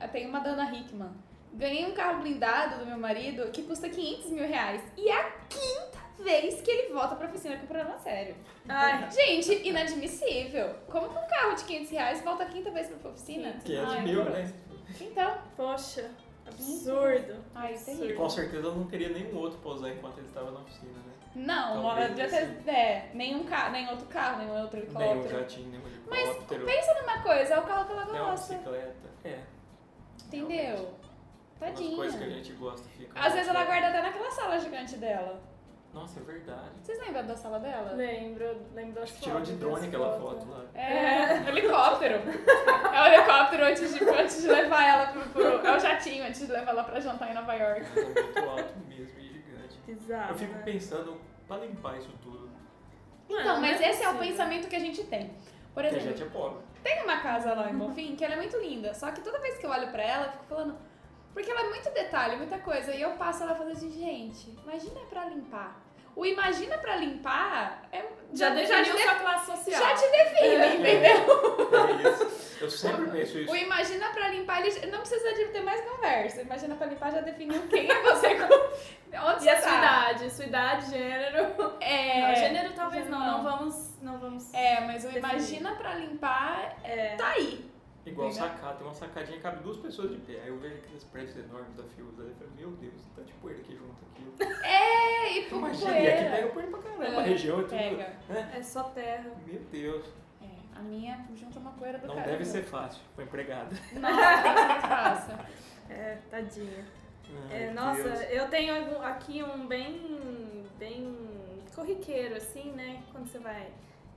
[SPEAKER 2] Eu tenho uma da Ana Hickman. Ganhei um carro blindado do meu marido que custa 500 mil reais. E é a quinta vez que ele volta pra oficina com problema sério.
[SPEAKER 3] Ai,
[SPEAKER 2] Gente, inadmissível. Como que um carro de 500 reais volta a quinta vez pra oficina?
[SPEAKER 1] 500
[SPEAKER 2] Ai,
[SPEAKER 1] mil,
[SPEAKER 2] não.
[SPEAKER 1] né?
[SPEAKER 2] Então,
[SPEAKER 3] poxa, absurdo.
[SPEAKER 2] ai, isso é
[SPEAKER 1] E
[SPEAKER 2] terrível.
[SPEAKER 1] com certeza não teria nenhum outro pra usar enquanto ele estava na oficina, né?
[SPEAKER 2] Não, não
[SPEAKER 1] Talvez
[SPEAKER 2] adianta
[SPEAKER 1] assim.
[SPEAKER 2] ter é, nenhum carro, nem outro carro, nem outro
[SPEAKER 1] Nem um
[SPEAKER 2] helicóptero.
[SPEAKER 1] jatinho, nem um
[SPEAKER 2] Mas
[SPEAKER 1] helicóptero,
[SPEAKER 2] pensa numa coisa, é o carro que ela
[SPEAKER 1] nem uma
[SPEAKER 2] gosta.
[SPEAKER 1] bicicleta. É,
[SPEAKER 2] Entendeu?
[SPEAKER 1] as coisas que a
[SPEAKER 2] Tadinha.
[SPEAKER 1] gente gosta ficam.
[SPEAKER 2] Às vezes ela guarda até naquela sala gigante dela.
[SPEAKER 1] Nossa, é verdade.
[SPEAKER 2] Vocês lembram da sala dela?
[SPEAKER 3] Lembro, lembro das
[SPEAKER 1] Tirou de
[SPEAKER 3] fotos,
[SPEAKER 1] drone
[SPEAKER 3] das
[SPEAKER 1] aquela
[SPEAKER 3] fotos.
[SPEAKER 1] foto lá.
[SPEAKER 2] É, um helicóptero. É um helicóptero antes de, antes de levar ela pro, pro- É o jatinho antes de levar ela pra jantar em Nova York.
[SPEAKER 1] Mas é muito alto mesmo e gigante.
[SPEAKER 3] Bizarro.
[SPEAKER 1] Eu fico
[SPEAKER 3] né?
[SPEAKER 1] pensando pra limpar isso tudo.
[SPEAKER 2] Então,
[SPEAKER 3] Ah, Não,
[SPEAKER 2] mas
[SPEAKER 3] não
[SPEAKER 2] esse é o
[SPEAKER 3] possível.
[SPEAKER 2] pensamento que a gente tem. Por
[SPEAKER 1] Porque a
[SPEAKER 2] exemplo,
[SPEAKER 1] gente é pobre.
[SPEAKER 2] tem uma casa lá em Bonfim que ela é muito linda. Só que toda vez que eu olho pra ela, eu fico falando. Porque ela é muito detalhe, muita coisa. E eu passo ela falando assim, gente, imagina pra limpar. O imagina pra limpar é,
[SPEAKER 3] Já
[SPEAKER 2] já, te
[SPEAKER 3] definiu
[SPEAKER 2] de-
[SPEAKER 3] sua classe social.
[SPEAKER 2] já te define, entendeu?
[SPEAKER 1] É isso. Eu sempre penso isso.
[SPEAKER 2] O imagina pra limpar, ele não precisa de ter mais conversa. Imagina pra limpar já definiu quem é você. com- Onde
[SPEAKER 3] E
[SPEAKER 2] você
[SPEAKER 3] a sua
[SPEAKER 2] tá.
[SPEAKER 3] idade, sua idade, gênero.
[SPEAKER 2] É,
[SPEAKER 3] Não, gênero talvez
[SPEAKER 2] gênero
[SPEAKER 3] não, não
[SPEAKER 2] não.
[SPEAKER 3] vamos, não vamos.
[SPEAKER 2] é, mas o
[SPEAKER 3] Definir.
[SPEAKER 2] imagina pra limpar
[SPEAKER 3] É.
[SPEAKER 2] tá aí.
[SPEAKER 1] Igual
[SPEAKER 2] Entendeu?
[SPEAKER 1] sacada, tem uma sacadinha que cabe duas pessoas de pé. Aí eu vejo aqueles prédios enormes da Fius. Aí eu falo, meu Deus, tá de poeira aqui junto aqui.
[SPEAKER 2] É, e por
[SPEAKER 1] Imagina, e aqui
[SPEAKER 2] poeira.
[SPEAKER 1] pega poeira pra caramba.
[SPEAKER 2] É,
[SPEAKER 1] A região é tudo.
[SPEAKER 2] Pega.
[SPEAKER 3] É só terra.
[SPEAKER 1] Meu Deus,
[SPEAKER 2] É, a minha junta uma poeira do
[SPEAKER 1] não
[SPEAKER 2] caramba.
[SPEAKER 1] deve ser fácil pra empregada.
[SPEAKER 2] Nossa, que fácil.
[SPEAKER 3] É, tadinha.
[SPEAKER 1] Ai,
[SPEAKER 3] É,
[SPEAKER 1] Deus.
[SPEAKER 3] nossa, eu tenho algum- aqui um bem, bem corriqueiro, assim, né? Quando você vai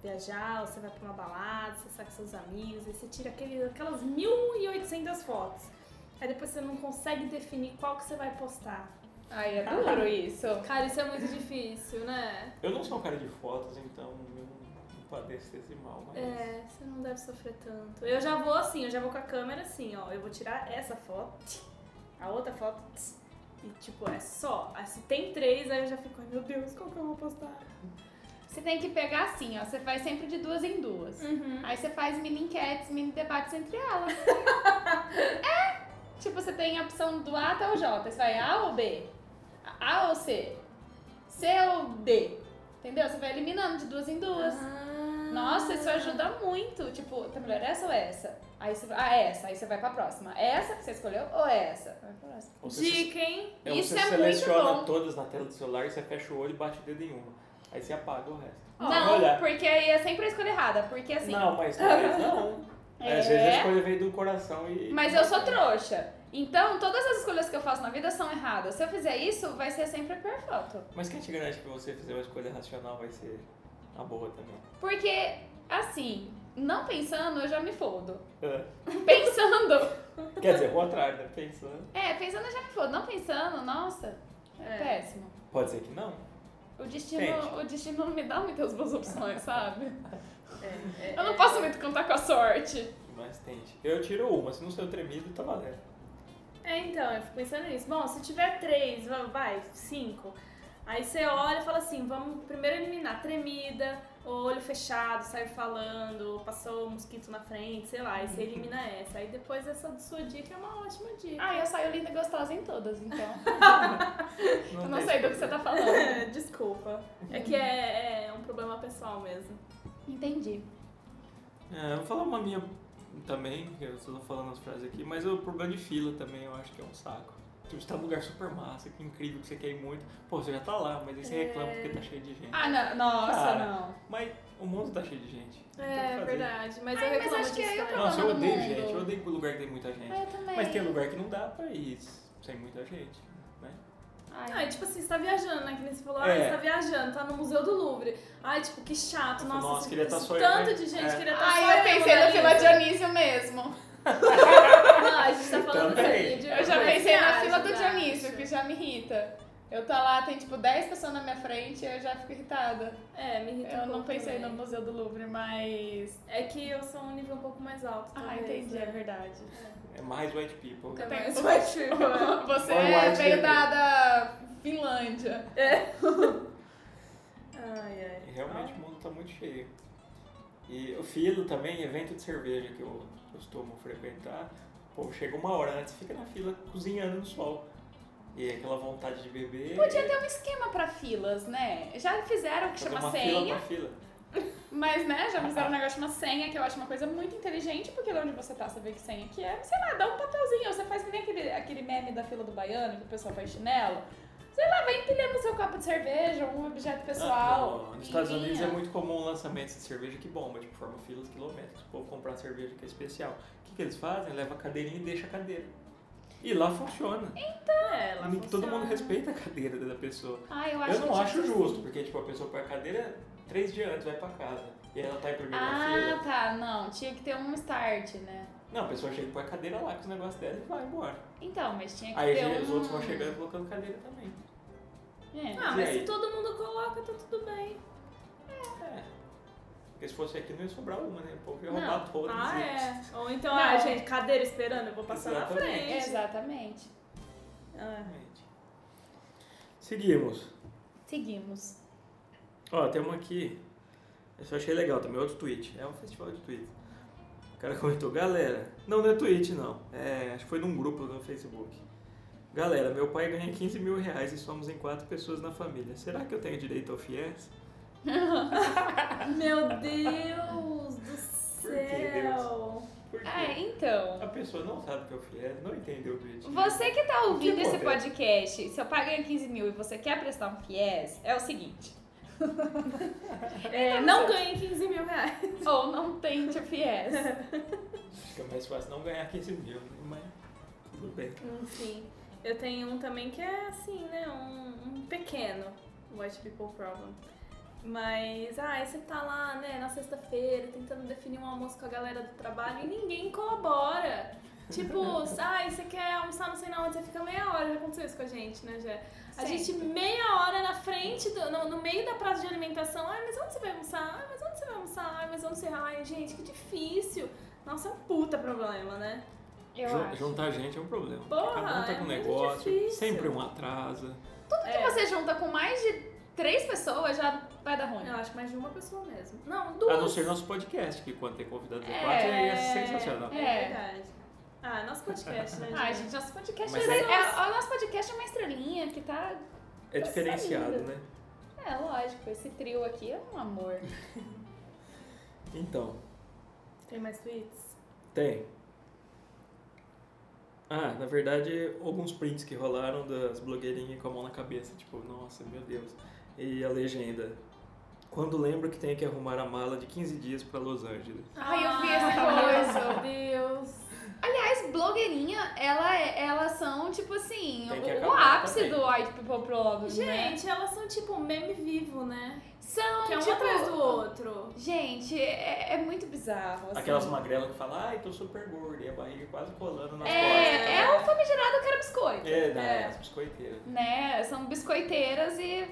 [SPEAKER 3] viajar, ou você vai pra uma balada, você sai com seus amigos, aí você tira aquele, aquelas 1.800 fotos. Aí depois você não consegue definir qual que você vai postar.
[SPEAKER 2] Ai, é duro isso.
[SPEAKER 3] Cara, isso é muito difícil, né?
[SPEAKER 1] Eu não sou um cara de fotos, então eu não, não padeço desse mal, mas.
[SPEAKER 3] É, você não deve sofrer tanto. Eu já vou assim, eu já vou com a câmera assim, ó. Eu vou tirar essa foto, a outra foto, e tipo, é só. Aí se tem três, aí eu já fico, ai meu Deus, qual que eu vou postar?
[SPEAKER 2] Você tem que pegar assim, ó. Você faz sempre de duas em duas.
[SPEAKER 3] Uhum.
[SPEAKER 2] Aí você faz mini enquetes, mini debates entre elas. é! Tipo, você tem a opção do A até o J. Você vai A ou B? A ou C? C ou D? Entendeu? Você vai eliminando de duas em duas. Nossa, isso ajuda muito. Tipo, tá melhor essa ou essa? Aí você vai, ah, essa. Aí você vai pra próxima. É Essa que você escolheu ou é essa? Vai pra próxima.
[SPEAKER 1] Ou você se-
[SPEAKER 3] Dica, hein?
[SPEAKER 1] é, ou
[SPEAKER 2] Isso
[SPEAKER 1] você
[SPEAKER 2] é muito
[SPEAKER 1] seleciona
[SPEAKER 2] bom.
[SPEAKER 1] todas na tela do celular e você fecha o olho e bate o dedo em uma. Aí você apaga o resto.
[SPEAKER 2] não,
[SPEAKER 1] olha.
[SPEAKER 2] porque aí é sempre a escolha errada. Porque assim.
[SPEAKER 1] Não, mas talvez não.
[SPEAKER 2] É.
[SPEAKER 1] Às vezes a escolha veio do coração e.
[SPEAKER 2] Mas eu sou trouxa. Então, todas as escolhas que eu faço na vida são erradas. Se eu fizer isso, vai ser sempre a pior foto.
[SPEAKER 1] Mas quem te garante que você fizer uma escolha racional vai ser a boa também?
[SPEAKER 2] Porque, assim, não pensando, eu já me fodo.
[SPEAKER 1] É.
[SPEAKER 2] Pensando!
[SPEAKER 1] Quer dizer, o contrário, né? Pensando.
[SPEAKER 2] é, pensando eu já me fodo. Não pensando, nossa, é,
[SPEAKER 3] É.
[SPEAKER 2] péssimo.
[SPEAKER 1] Pode ser que não.
[SPEAKER 2] O destino,
[SPEAKER 1] Entende.
[SPEAKER 2] o destino não me dá muitas boas opções, sabe?
[SPEAKER 3] É, é,
[SPEAKER 2] Eu
[SPEAKER 3] é.
[SPEAKER 2] não posso muito contar com a sorte.
[SPEAKER 1] Mas tente. Eu tiro uma, se não ser o tremido, tá valendo.
[SPEAKER 3] É, então, eu fico pensando nisso. Bom, se tiver três, va- vai, cinco. Aí você olha e fala assim, vamos primeiro eliminar tremida, ou olho fechado, saiu falando, ou passou um mosquito na frente, sei lá, e você elimina essa. Aí depois essa sua dica é uma ótima dica.
[SPEAKER 2] Ah, eu saio linda e gostosa em todas, então. Eu não
[SPEAKER 1] tem
[SPEAKER 2] sei do que você tá falando.
[SPEAKER 3] Desculpa. É que é, é um problema pessoal mesmo.
[SPEAKER 2] Entendi.
[SPEAKER 1] É, eu vou falar uma minha também, que eu só tô falando as frases aqui, mas o problema de fila também eu acho que é um saco. Tipo, você tá num lugar super massa, que incrível, que você quer ir muito. Pô, você já tá lá, mas aí
[SPEAKER 3] É.
[SPEAKER 1] você reclama porque tá cheio de gente.
[SPEAKER 2] Ah, não, nossa,
[SPEAKER 1] Cara.
[SPEAKER 2] não.
[SPEAKER 1] Mas o mundo tá cheio de gente. Não tem o que
[SPEAKER 3] É,
[SPEAKER 1] fazer.
[SPEAKER 3] verdade. Mas
[SPEAKER 2] Ai,
[SPEAKER 3] eu
[SPEAKER 2] mas
[SPEAKER 3] reclamo
[SPEAKER 2] acho que
[SPEAKER 3] disso
[SPEAKER 2] aí eu
[SPEAKER 3] também.
[SPEAKER 2] Problema
[SPEAKER 1] Nossa, eu
[SPEAKER 2] do
[SPEAKER 1] odeio
[SPEAKER 2] mundo.
[SPEAKER 1] gente, eu odeio lugar que tem muita
[SPEAKER 3] É.
[SPEAKER 1] gente.
[SPEAKER 2] Ah, Eu também.
[SPEAKER 1] Mas tem lugar que não dá pra ir sem muita gente, né?
[SPEAKER 3] Ah,
[SPEAKER 2] Ai,
[SPEAKER 3] e tipo assim, você tá viajando, né? Que nem você falou, ah,
[SPEAKER 1] É.
[SPEAKER 3] você tá viajando, tá no Museu do Louvre. Ai, tipo, que chato,
[SPEAKER 1] Tipo,
[SPEAKER 3] nossa,
[SPEAKER 1] nossa,
[SPEAKER 3] esse-
[SPEAKER 1] queria tá
[SPEAKER 3] esse
[SPEAKER 1] só eu,
[SPEAKER 3] tanto
[SPEAKER 1] né?
[SPEAKER 3] de gente
[SPEAKER 1] É.
[SPEAKER 3] queria estar só
[SPEAKER 2] Ai,
[SPEAKER 3] né?
[SPEAKER 2] Ah, eu pensei
[SPEAKER 3] Mona
[SPEAKER 2] no fila
[SPEAKER 3] Lisa.
[SPEAKER 2] Dionísio mesmo.
[SPEAKER 3] Não, a gente tá falando
[SPEAKER 1] Também.
[SPEAKER 3] assim de
[SPEAKER 2] Eu já
[SPEAKER 3] coisa
[SPEAKER 2] pensei
[SPEAKER 3] que
[SPEAKER 2] na
[SPEAKER 3] acha,
[SPEAKER 2] fila do
[SPEAKER 3] né?
[SPEAKER 2] Dionísio, que já me irrita. Eu tô lá, tem tipo 10 pessoas na minha frente e eu já fico irritada.
[SPEAKER 3] É, me irrita um
[SPEAKER 2] Eu não
[SPEAKER 3] pouco
[SPEAKER 2] pensei no
[SPEAKER 3] também.
[SPEAKER 2] Museu do Louvre, mas.
[SPEAKER 3] É que eu sou um nível um pouco mais alto.
[SPEAKER 2] Ah,
[SPEAKER 3] talvez,
[SPEAKER 2] entendi, é
[SPEAKER 3] né?
[SPEAKER 2] verdade. um
[SPEAKER 1] É mais white people.
[SPEAKER 3] É
[SPEAKER 2] Tem-
[SPEAKER 3] mais baixo.
[SPEAKER 2] Você
[SPEAKER 1] Olha o Einstein
[SPEAKER 2] veio
[SPEAKER 1] aí.
[SPEAKER 2] da, da Finlândia.
[SPEAKER 3] Ai, ai.
[SPEAKER 1] E Realmente
[SPEAKER 2] Então.
[SPEAKER 1] o mundo tá muito cheio. E o filo também, evento de cerveja que eu costumo frequentar, pô, chega uma hora antes, fica na fila cozinhando no sol. E aquela vontade de beber.
[SPEAKER 2] Podia ter um esquema pra filas, né? Já fizeram o que
[SPEAKER 1] fazer
[SPEAKER 2] chama
[SPEAKER 1] uma fila
[SPEAKER 2] senha,
[SPEAKER 1] pra fila.
[SPEAKER 2] mas né, já
[SPEAKER 1] Ah,
[SPEAKER 2] fizeram um
[SPEAKER 1] tá.
[SPEAKER 2] negócio que chama senha, que eu acho uma coisa muito inteligente, porque lá onde você tá, você vê que senha que é. Sei lá, dá um papelzinho, você faz que nem aquele, aquele meme da fila do baiano, que o pessoal faz chinelo. Sei lá, vai empilhando seu copo de cerveja, um objeto
[SPEAKER 1] Ah,
[SPEAKER 2] pessoal.
[SPEAKER 1] no- nos Estados Unidos é
[SPEAKER 2] Linha.
[SPEAKER 1] muito comum lançamentos de cerveja que bomba, tipo, forma filas quilométricas. O povo comprar cerveja que é especial. O que, que eles fazem? Leva a cadeirinha e deixa a cadeira. E lá funciona.
[SPEAKER 3] É, ela
[SPEAKER 1] E Todo mundo
[SPEAKER 3] funciona.
[SPEAKER 1] respeita a cadeira da pessoa.
[SPEAKER 2] Ah, eu acho
[SPEAKER 1] Eu não
[SPEAKER 2] que assim.
[SPEAKER 1] acho
[SPEAKER 2] tinha-
[SPEAKER 1] justo, porque tipo, a pessoa põe a cadeira três dias antes, vai pra casa. E ela tá em primeiro na
[SPEAKER 2] Ah,
[SPEAKER 1] fila.
[SPEAKER 2] tá, não. Tinha que ter um start, né?
[SPEAKER 1] Não, a pessoa chega e põe a cadeira lá com os negócios dela e vai embora.
[SPEAKER 2] Então, mas tinha que
[SPEAKER 1] Aí
[SPEAKER 2] ter
[SPEAKER 1] gente-
[SPEAKER 2] um...
[SPEAKER 1] os outros vão chegando e colocando cadeira também.
[SPEAKER 2] É.
[SPEAKER 3] Ah,
[SPEAKER 1] E
[SPEAKER 3] mas
[SPEAKER 1] aí?
[SPEAKER 3] se todo mundo coloca, tá tudo bem.
[SPEAKER 1] É. Porque se fosse aqui não ia sobrar uma, né? O povo ia
[SPEAKER 2] Não.
[SPEAKER 1] roubar todas.
[SPEAKER 3] Ah,
[SPEAKER 1] e-
[SPEAKER 3] é. Ou então,
[SPEAKER 2] Não.
[SPEAKER 3] ah, gente, cadeira esperando, eu vou passar na
[SPEAKER 1] Exatamente.
[SPEAKER 3] frente.
[SPEAKER 2] é Exatamente.
[SPEAKER 3] Ah.
[SPEAKER 1] Exatamente. Seguimos.
[SPEAKER 2] Seguimos.
[SPEAKER 1] Ó, tem uma aqui. Eu só achei legal também, outro tweet. É um festival de tweets. O cara comentou, galera. Não, não é tweet não. É, acho que foi num grupo no Facebook. Galera, meu pai ganha 15 mil reais e somos em quatro pessoas na família. Será que eu tenho direito ao FIES?
[SPEAKER 3] Meu Deus do
[SPEAKER 1] Por que,
[SPEAKER 3] céu.
[SPEAKER 1] Por quê?
[SPEAKER 2] Ah, então.
[SPEAKER 1] A pessoa não sabe o que é o FIES, não entendeu o tweet.
[SPEAKER 2] Você que tá ouvindo
[SPEAKER 1] Que
[SPEAKER 2] esse
[SPEAKER 1] modelo?
[SPEAKER 2] podcast, se eu pagar 15 mil e você quer prestar um FIES, é o seguinte.
[SPEAKER 3] É, não ganhe 15 mil reais.
[SPEAKER 2] Ou não tente o FIES.
[SPEAKER 1] Fica é mais fácil não ganhar 15 mil, né? mas tudo bem.
[SPEAKER 3] Enfim, eu tenho um também que é assim, né? Um, um pequeno White People Problem. Mas, ah, aí você tá lá, né, na sexta-feira, tentando definir um almoço com a galera do trabalho e ninguém colabora. Tipo, ai, você quer almoçar não sei na onde, você fica meia hora. Já aconteceu isso com a gente, né, Jé? A
[SPEAKER 2] Sempre.
[SPEAKER 3] gente meia hora na frente, do- no, no meio da praça de alimentação. Ai, mas onde você vai almoçar? Ai, mas onde você vai almoçar? Ai, mas onde você... Ai, gente, que difícil. Nossa, é um puta problema, né?
[SPEAKER 2] Eu
[SPEAKER 1] Jun-
[SPEAKER 2] acho.
[SPEAKER 1] Juntar gente é um problema.
[SPEAKER 3] Porra,
[SPEAKER 1] Cada um tá
[SPEAKER 3] é
[SPEAKER 1] com um
[SPEAKER 3] muito
[SPEAKER 1] negócio,
[SPEAKER 3] difícil.
[SPEAKER 1] sempre um atrasa.
[SPEAKER 2] Tudo que você junta com mais de três pessoas já vai dar ruim.
[SPEAKER 3] Eu acho mais de uma pessoa mesmo. Não,
[SPEAKER 1] A
[SPEAKER 3] duas.
[SPEAKER 1] não ser nosso podcast, que quando tem convidados de
[SPEAKER 2] É.
[SPEAKER 1] quatro, aí é sensacional.
[SPEAKER 3] É,
[SPEAKER 2] É.
[SPEAKER 3] verdade. Ah, nosso podcast, né?
[SPEAKER 2] Ai, Ah, gente, nosso podcast
[SPEAKER 1] Mas
[SPEAKER 2] é,
[SPEAKER 1] é-
[SPEAKER 2] é- O nosso podcast é uma estrelinha que tá.
[SPEAKER 1] É diferenciado,
[SPEAKER 2] Saindo.
[SPEAKER 1] né?
[SPEAKER 2] É, lógico, esse trio aqui é um amor.
[SPEAKER 1] Então,
[SPEAKER 3] Tem mais tweets?
[SPEAKER 1] tem. Ah, na verdade, alguns prints que rolaram das blogueirinhas com a mão na cabeça, tipo, nossa, meu Deus. E a legenda. Quando lembro que tenho que arrumar a mala de 15 dias pra Los Angeles.
[SPEAKER 2] Ai, eu vi essa
[SPEAKER 3] Ah.
[SPEAKER 2] coisa.
[SPEAKER 3] Meu Deus.
[SPEAKER 2] Aliás, blogueirinha, ela é- elas são, tipo assim,
[SPEAKER 1] Tem que
[SPEAKER 2] o, o
[SPEAKER 1] acabar
[SPEAKER 2] ápice
[SPEAKER 1] também.
[SPEAKER 2] do White People Problem. né?
[SPEAKER 3] Gente, elas são tipo um meme vivo, né?
[SPEAKER 2] São,
[SPEAKER 3] Que é um
[SPEAKER 2] tipo,
[SPEAKER 3] atrás do outro.
[SPEAKER 2] Gente, é, é muito bizarro. assim.
[SPEAKER 1] Aquelas magrelas que falam, ai, tô super gorda, e a barriga quase colando nas costas. né?
[SPEAKER 2] É, é o famigerado que era biscoito.
[SPEAKER 1] É, da,
[SPEAKER 3] É.
[SPEAKER 1] as biscoiteiras.
[SPEAKER 2] Né? São biscoiteiras e.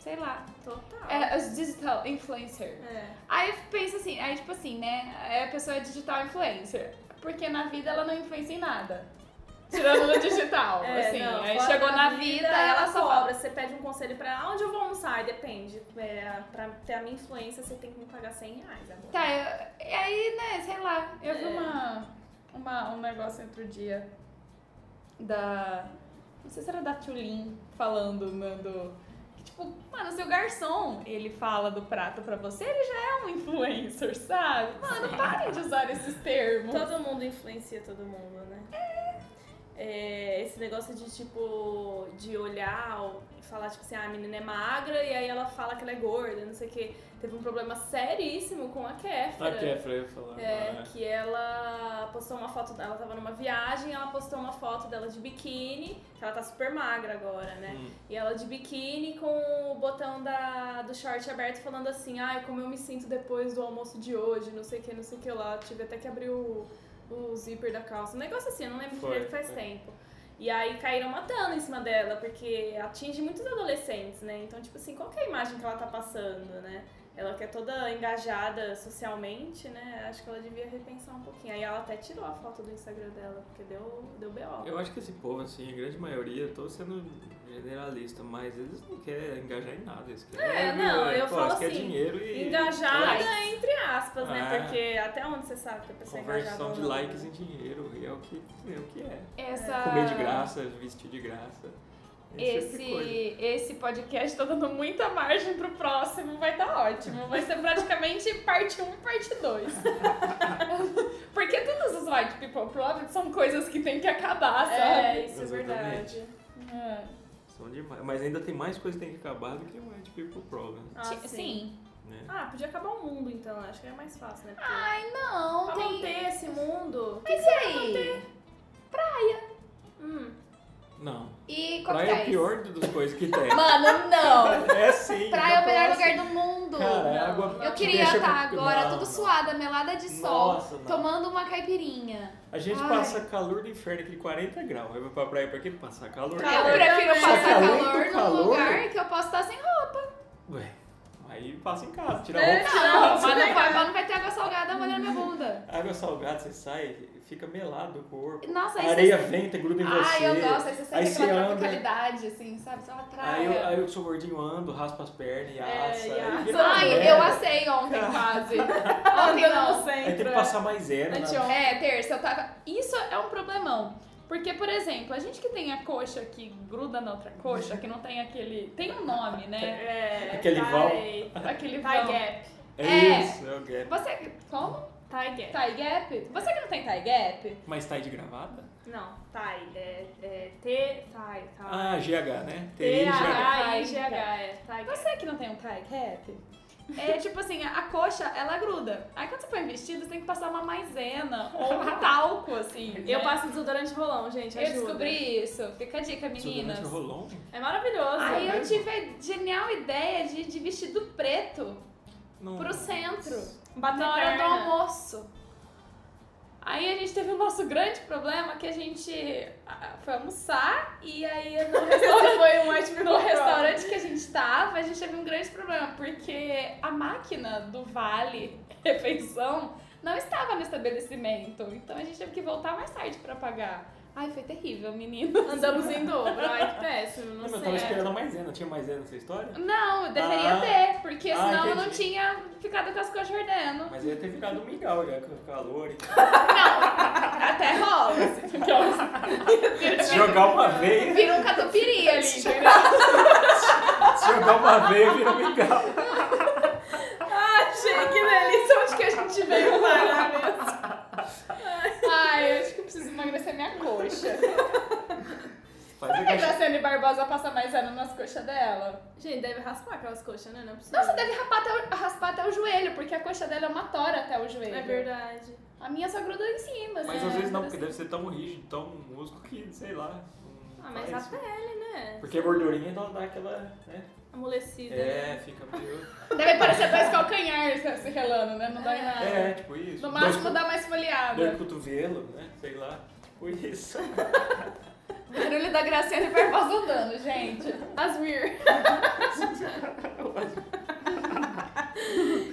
[SPEAKER 2] sei lá.
[SPEAKER 3] Total.
[SPEAKER 2] É, as digital influencer.
[SPEAKER 3] É.
[SPEAKER 2] Aí eu penso assim, aí tipo assim, né? aí A pessoa é digital influencer. Porque na vida ela não influencia em nada. Tirando no digital,
[SPEAKER 3] É,
[SPEAKER 2] assim.
[SPEAKER 3] não,
[SPEAKER 2] aí
[SPEAKER 3] fora
[SPEAKER 2] chegou
[SPEAKER 3] da
[SPEAKER 2] na vida, ela só
[SPEAKER 3] cobra. Você pede um conselho pra ela, onde eu vou almoçar? Aí depende. É, pra ter a minha influência, você tem que me pagar 100 reais agora.
[SPEAKER 2] Tá, eu- e aí, né, sei lá, eu vi
[SPEAKER 3] É.
[SPEAKER 2] uma, uma, um negócio outro dia da. Não sei se era da Tulin falando, né, do. que, Tipo, mano, se o garçom ele fala do prato pra você, ele já é um influencer,
[SPEAKER 3] Então,
[SPEAKER 2] sabe? Mano, parem de usar esses termos.
[SPEAKER 3] Todo mundo influencia todo mundo, né? é, esse negócio de tipo de olhar ou falar tipo assim, ah, a menina é magra e aí ela fala que ela é gorda, não sei o quê. Teve um problema seríssimo com a
[SPEAKER 1] A
[SPEAKER 3] Kéfera.
[SPEAKER 1] Kefra, eu ia falar.
[SPEAKER 3] É,
[SPEAKER 1] né?
[SPEAKER 3] que ela postou uma foto dela, tava numa viagem, ela postou uma foto dela de biquíni, que ela tá super magra agora, né?
[SPEAKER 1] Hum.
[SPEAKER 3] E ela de biquíni com o botão da, do short aberto falando assim, ai, como eu me sinto depois do almoço de hoje, não sei o que, não sei o que lá. Tive até que abrir o, o zíper da calça. Um negócio assim, eu não lembro
[SPEAKER 1] Foi,
[SPEAKER 3] direito faz
[SPEAKER 1] foi.
[SPEAKER 3] tempo. E aí caíram matando em cima dela, porque atinge muitos adolescentes, né? Então, tipo assim, qual que é a imagem que ela tá passando, né? Ela que é toda engajada socialmente, né? Acho que ela devia repensar um pouquinho. Aí ela até tirou a foto do Instagram dela, porque deu, deu B.O.
[SPEAKER 1] Eu acho que esse povo, assim, a grande maioria, tô sendo generalista, mas eles não querem engajar em nada. Eles querem,
[SPEAKER 3] É, não, eu
[SPEAKER 1] pô,
[SPEAKER 3] falo
[SPEAKER 1] eles querem
[SPEAKER 3] assim,
[SPEAKER 1] dinheiro e. é
[SPEAKER 3] Engajada
[SPEAKER 1] likes.
[SPEAKER 3] Ah, entre aspas, né?
[SPEAKER 1] Ah.
[SPEAKER 3] Porque até onde você sabe que a pessoa é engajada?
[SPEAKER 1] Conversão de
[SPEAKER 3] ou não,
[SPEAKER 1] likes
[SPEAKER 3] né?
[SPEAKER 1] em dinheiro, e é o que é. O que é.
[SPEAKER 2] Essa...
[SPEAKER 1] Comer de graça, vestir de graça. esse tipo de
[SPEAKER 2] Ah. Esse,
[SPEAKER 1] coisa.
[SPEAKER 2] esse podcast tá dando muita margem pro próximo, vai dar ótimo. Vai ser praticamente parte 1 e parte 2. Porque todas as White People Problems são coisas que tem que acabar, sabe?
[SPEAKER 3] É, isso é
[SPEAKER 1] Exatamente.
[SPEAKER 3] verdade.
[SPEAKER 2] É.
[SPEAKER 1] São demais. Mas ainda tem mais coisa que tem que acabar do que o White People Problem,
[SPEAKER 3] Ah,
[SPEAKER 2] Ti- sim.
[SPEAKER 1] né?
[SPEAKER 3] Ah, podia acabar o mundo então, acho que é mais fácil, né? Porque
[SPEAKER 2] Ai, Ah, não,
[SPEAKER 3] pra manter esse mundo.
[SPEAKER 2] Mas e aí?
[SPEAKER 3] Hum.
[SPEAKER 1] Não.
[SPEAKER 2] E
[SPEAKER 1] Praia é o
[SPEAKER 2] coquetéis?
[SPEAKER 1] pior do- das coisas que tem.
[SPEAKER 2] Mano, não.
[SPEAKER 1] É sim.
[SPEAKER 2] Praia é o melhor
[SPEAKER 1] nossa.
[SPEAKER 2] lugar do mundo.
[SPEAKER 1] Cara, é água
[SPEAKER 2] Eu
[SPEAKER 1] que
[SPEAKER 2] queria
[SPEAKER 1] deixa-
[SPEAKER 2] estar agora,
[SPEAKER 1] Não,
[SPEAKER 2] tudo
[SPEAKER 1] não.
[SPEAKER 2] suada, melada de sol,
[SPEAKER 1] Nossa, não.
[SPEAKER 2] tomando uma caipirinha.
[SPEAKER 1] A gente
[SPEAKER 2] Ai.
[SPEAKER 1] passa calor do inferno aqui, 40 graus. Aí vai pra praia pra quê? Passar calor. É.
[SPEAKER 3] Calor.
[SPEAKER 2] eu prefiro
[SPEAKER 3] também.
[SPEAKER 1] Só
[SPEAKER 2] passar
[SPEAKER 1] que além do
[SPEAKER 2] calor num
[SPEAKER 1] calor-
[SPEAKER 2] lugar que eu posso estar sem roupa.
[SPEAKER 1] Ué, aí passa em casa, tira a
[SPEAKER 3] É.
[SPEAKER 1] roupa.
[SPEAKER 2] Não,
[SPEAKER 3] Não,
[SPEAKER 2] mas não
[SPEAKER 3] né?
[SPEAKER 2] vai, mas não vai ter água salgada molhando minha bunda.
[SPEAKER 1] Água salgada, você sai, fica melado o corpo.
[SPEAKER 2] Nossa, aí
[SPEAKER 1] A areia
[SPEAKER 2] você...
[SPEAKER 1] venta, gruda em você.
[SPEAKER 2] Ai, eu gosto, aí você
[SPEAKER 1] Aí
[SPEAKER 2] sente
[SPEAKER 1] você
[SPEAKER 2] aquela
[SPEAKER 1] anda.
[SPEAKER 2] tropicalidade, assim, sabe? Só uma praia.
[SPEAKER 1] Aí eu, aí eu que sou gordinho, ando, raspo as pernas e assa.
[SPEAKER 3] e
[SPEAKER 1] aí
[SPEAKER 3] assa.
[SPEAKER 1] vira uma
[SPEAKER 2] É, Ai,
[SPEAKER 1] merda.
[SPEAKER 2] eu assei ontem quase. Ontem
[SPEAKER 3] Andando
[SPEAKER 2] não.
[SPEAKER 3] no centro.
[SPEAKER 1] Aí tem que
[SPEAKER 3] é.
[SPEAKER 1] passar mais era.
[SPEAKER 3] Antes-
[SPEAKER 1] na-
[SPEAKER 2] É, terça, eu tava. Isso é um problemão. Porque, por exemplo, a gente que tem a coxa que gruda na outra coxa, que não tem aquele. Tem um nome, né?
[SPEAKER 3] É,
[SPEAKER 1] Aquele
[SPEAKER 3] vai-
[SPEAKER 1] val.
[SPEAKER 2] Aquele
[SPEAKER 3] Vai
[SPEAKER 2] vão.
[SPEAKER 3] gap.
[SPEAKER 1] É,
[SPEAKER 2] É.
[SPEAKER 1] isso, é o gap.
[SPEAKER 2] Você. Como?
[SPEAKER 3] Tie gap.
[SPEAKER 2] Tie gap? Você que não tem tie gap?
[SPEAKER 1] Mas tá aí de gravata?
[SPEAKER 3] Não, tie. É, é T, tie, tie.
[SPEAKER 1] Ah, GH, né? TI, GH.
[SPEAKER 3] T-H-I-G-H, é. Tie gap.
[SPEAKER 2] Você que não tem um tie gap? É tipo assim, a a coxa, ela gruda. Aí quando você põe vestido, você tem que passar uma maisena ou um talco, assim.
[SPEAKER 3] Eu
[SPEAKER 2] né?
[SPEAKER 3] passo desodorante rolão, gente,
[SPEAKER 2] Eu
[SPEAKER 3] ajuda.
[SPEAKER 2] descobri isso. Fica a dica, meninas.
[SPEAKER 1] Desodorante Rolon?
[SPEAKER 3] É maravilhoso.
[SPEAKER 2] Aí eu
[SPEAKER 1] mesmo?
[SPEAKER 2] tive a genial ideia de, de vestido preto
[SPEAKER 1] Não.
[SPEAKER 2] pro centro
[SPEAKER 3] Bater
[SPEAKER 2] na hora do
[SPEAKER 3] perna.
[SPEAKER 2] almoço. Aí a gente teve o nosso grande problema que a gente ah, foi almoçar e aí no
[SPEAKER 3] Esse
[SPEAKER 2] restaurante,
[SPEAKER 3] foi um ótimo
[SPEAKER 2] no restaurante que a gente tava, a gente teve um grande problema, porque a máquina do vale refeição não estava no estabelecimento. Então a gente teve que voltar mais tarde pra pagar. Ai, foi terrível, menino.
[SPEAKER 3] Andamos em dobro. Ai, que péssimo.
[SPEAKER 1] Não,
[SPEAKER 3] Não
[SPEAKER 1] mas eu
[SPEAKER 3] sei.
[SPEAKER 1] tava esperando a maisena. Tinha maisena nessa história?
[SPEAKER 2] Não, deveria
[SPEAKER 1] Ah.
[SPEAKER 2] ter, porque
[SPEAKER 1] Ah,
[SPEAKER 2] senão eu não
[SPEAKER 1] entendi.
[SPEAKER 2] tinha ficado com as coisas ardendo.
[SPEAKER 1] Mas ia ter virado um mingau, já com calor. e-
[SPEAKER 3] Ah,
[SPEAKER 2] Até rola. assim,
[SPEAKER 3] tipo,
[SPEAKER 2] porque eu-
[SPEAKER 1] Se jogar uma veia,
[SPEAKER 2] Vira um
[SPEAKER 3] É.
[SPEAKER 2] catupiry ali, entendeu?
[SPEAKER 1] se jogar uma veia, vira um mingau.
[SPEAKER 3] Achei que delícia onde que a gente veio parar mesmo.
[SPEAKER 2] Ai, eu acho que eu preciso emagrecer minha coxa.
[SPEAKER 1] Faz
[SPEAKER 2] Por que a
[SPEAKER 1] a
[SPEAKER 2] Graciane Barbosa passa mais ano nas coxas dela?
[SPEAKER 3] Gente, deve raspar aquelas coxas, né? Não é possível.
[SPEAKER 2] Nossa, deve rapar até o- raspar até o joelho, porque a coxa dela é uma tora até o joelho.
[SPEAKER 3] É verdade.
[SPEAKER 2] A minha só gruda em cima, assim.
[SPEAKER 1] Mas
[SPEAKER 2] né?
[SPEAKER 1] às vezes não, porque deve ser tão rígido, tão músculo que, sei lá. não
[SPEAKER 3] Ah, mas
[SPEAKER 1] faz.
[SPEAKER 3] a pele, né?
[SPEAKER 1] Porque a gordurinha ela dá aquela. Né?
[SPEAKER 3] Amolecida. né?
[SPEAKER 1] É, fica meio.
[SPEAKER 2] Deve parecer dois calcanhares né, se relando, né? Não dói nada.
[SPEAKER 1] É, tipo isso.
[SPEAKER 2] No máximo
[SPEAKER 1] Dor
[SPEAKER 2] dá mais
[SPEAKER 1] de- dor de
[SPEAKER 2] folheada.
[SPEAKER 1] cotovelo, né? Sei lá. Tipo isso.
[SPEAKER 2] Barulho da Graciane Barbosa andando, gente.
[SPEAKER 3] As weird.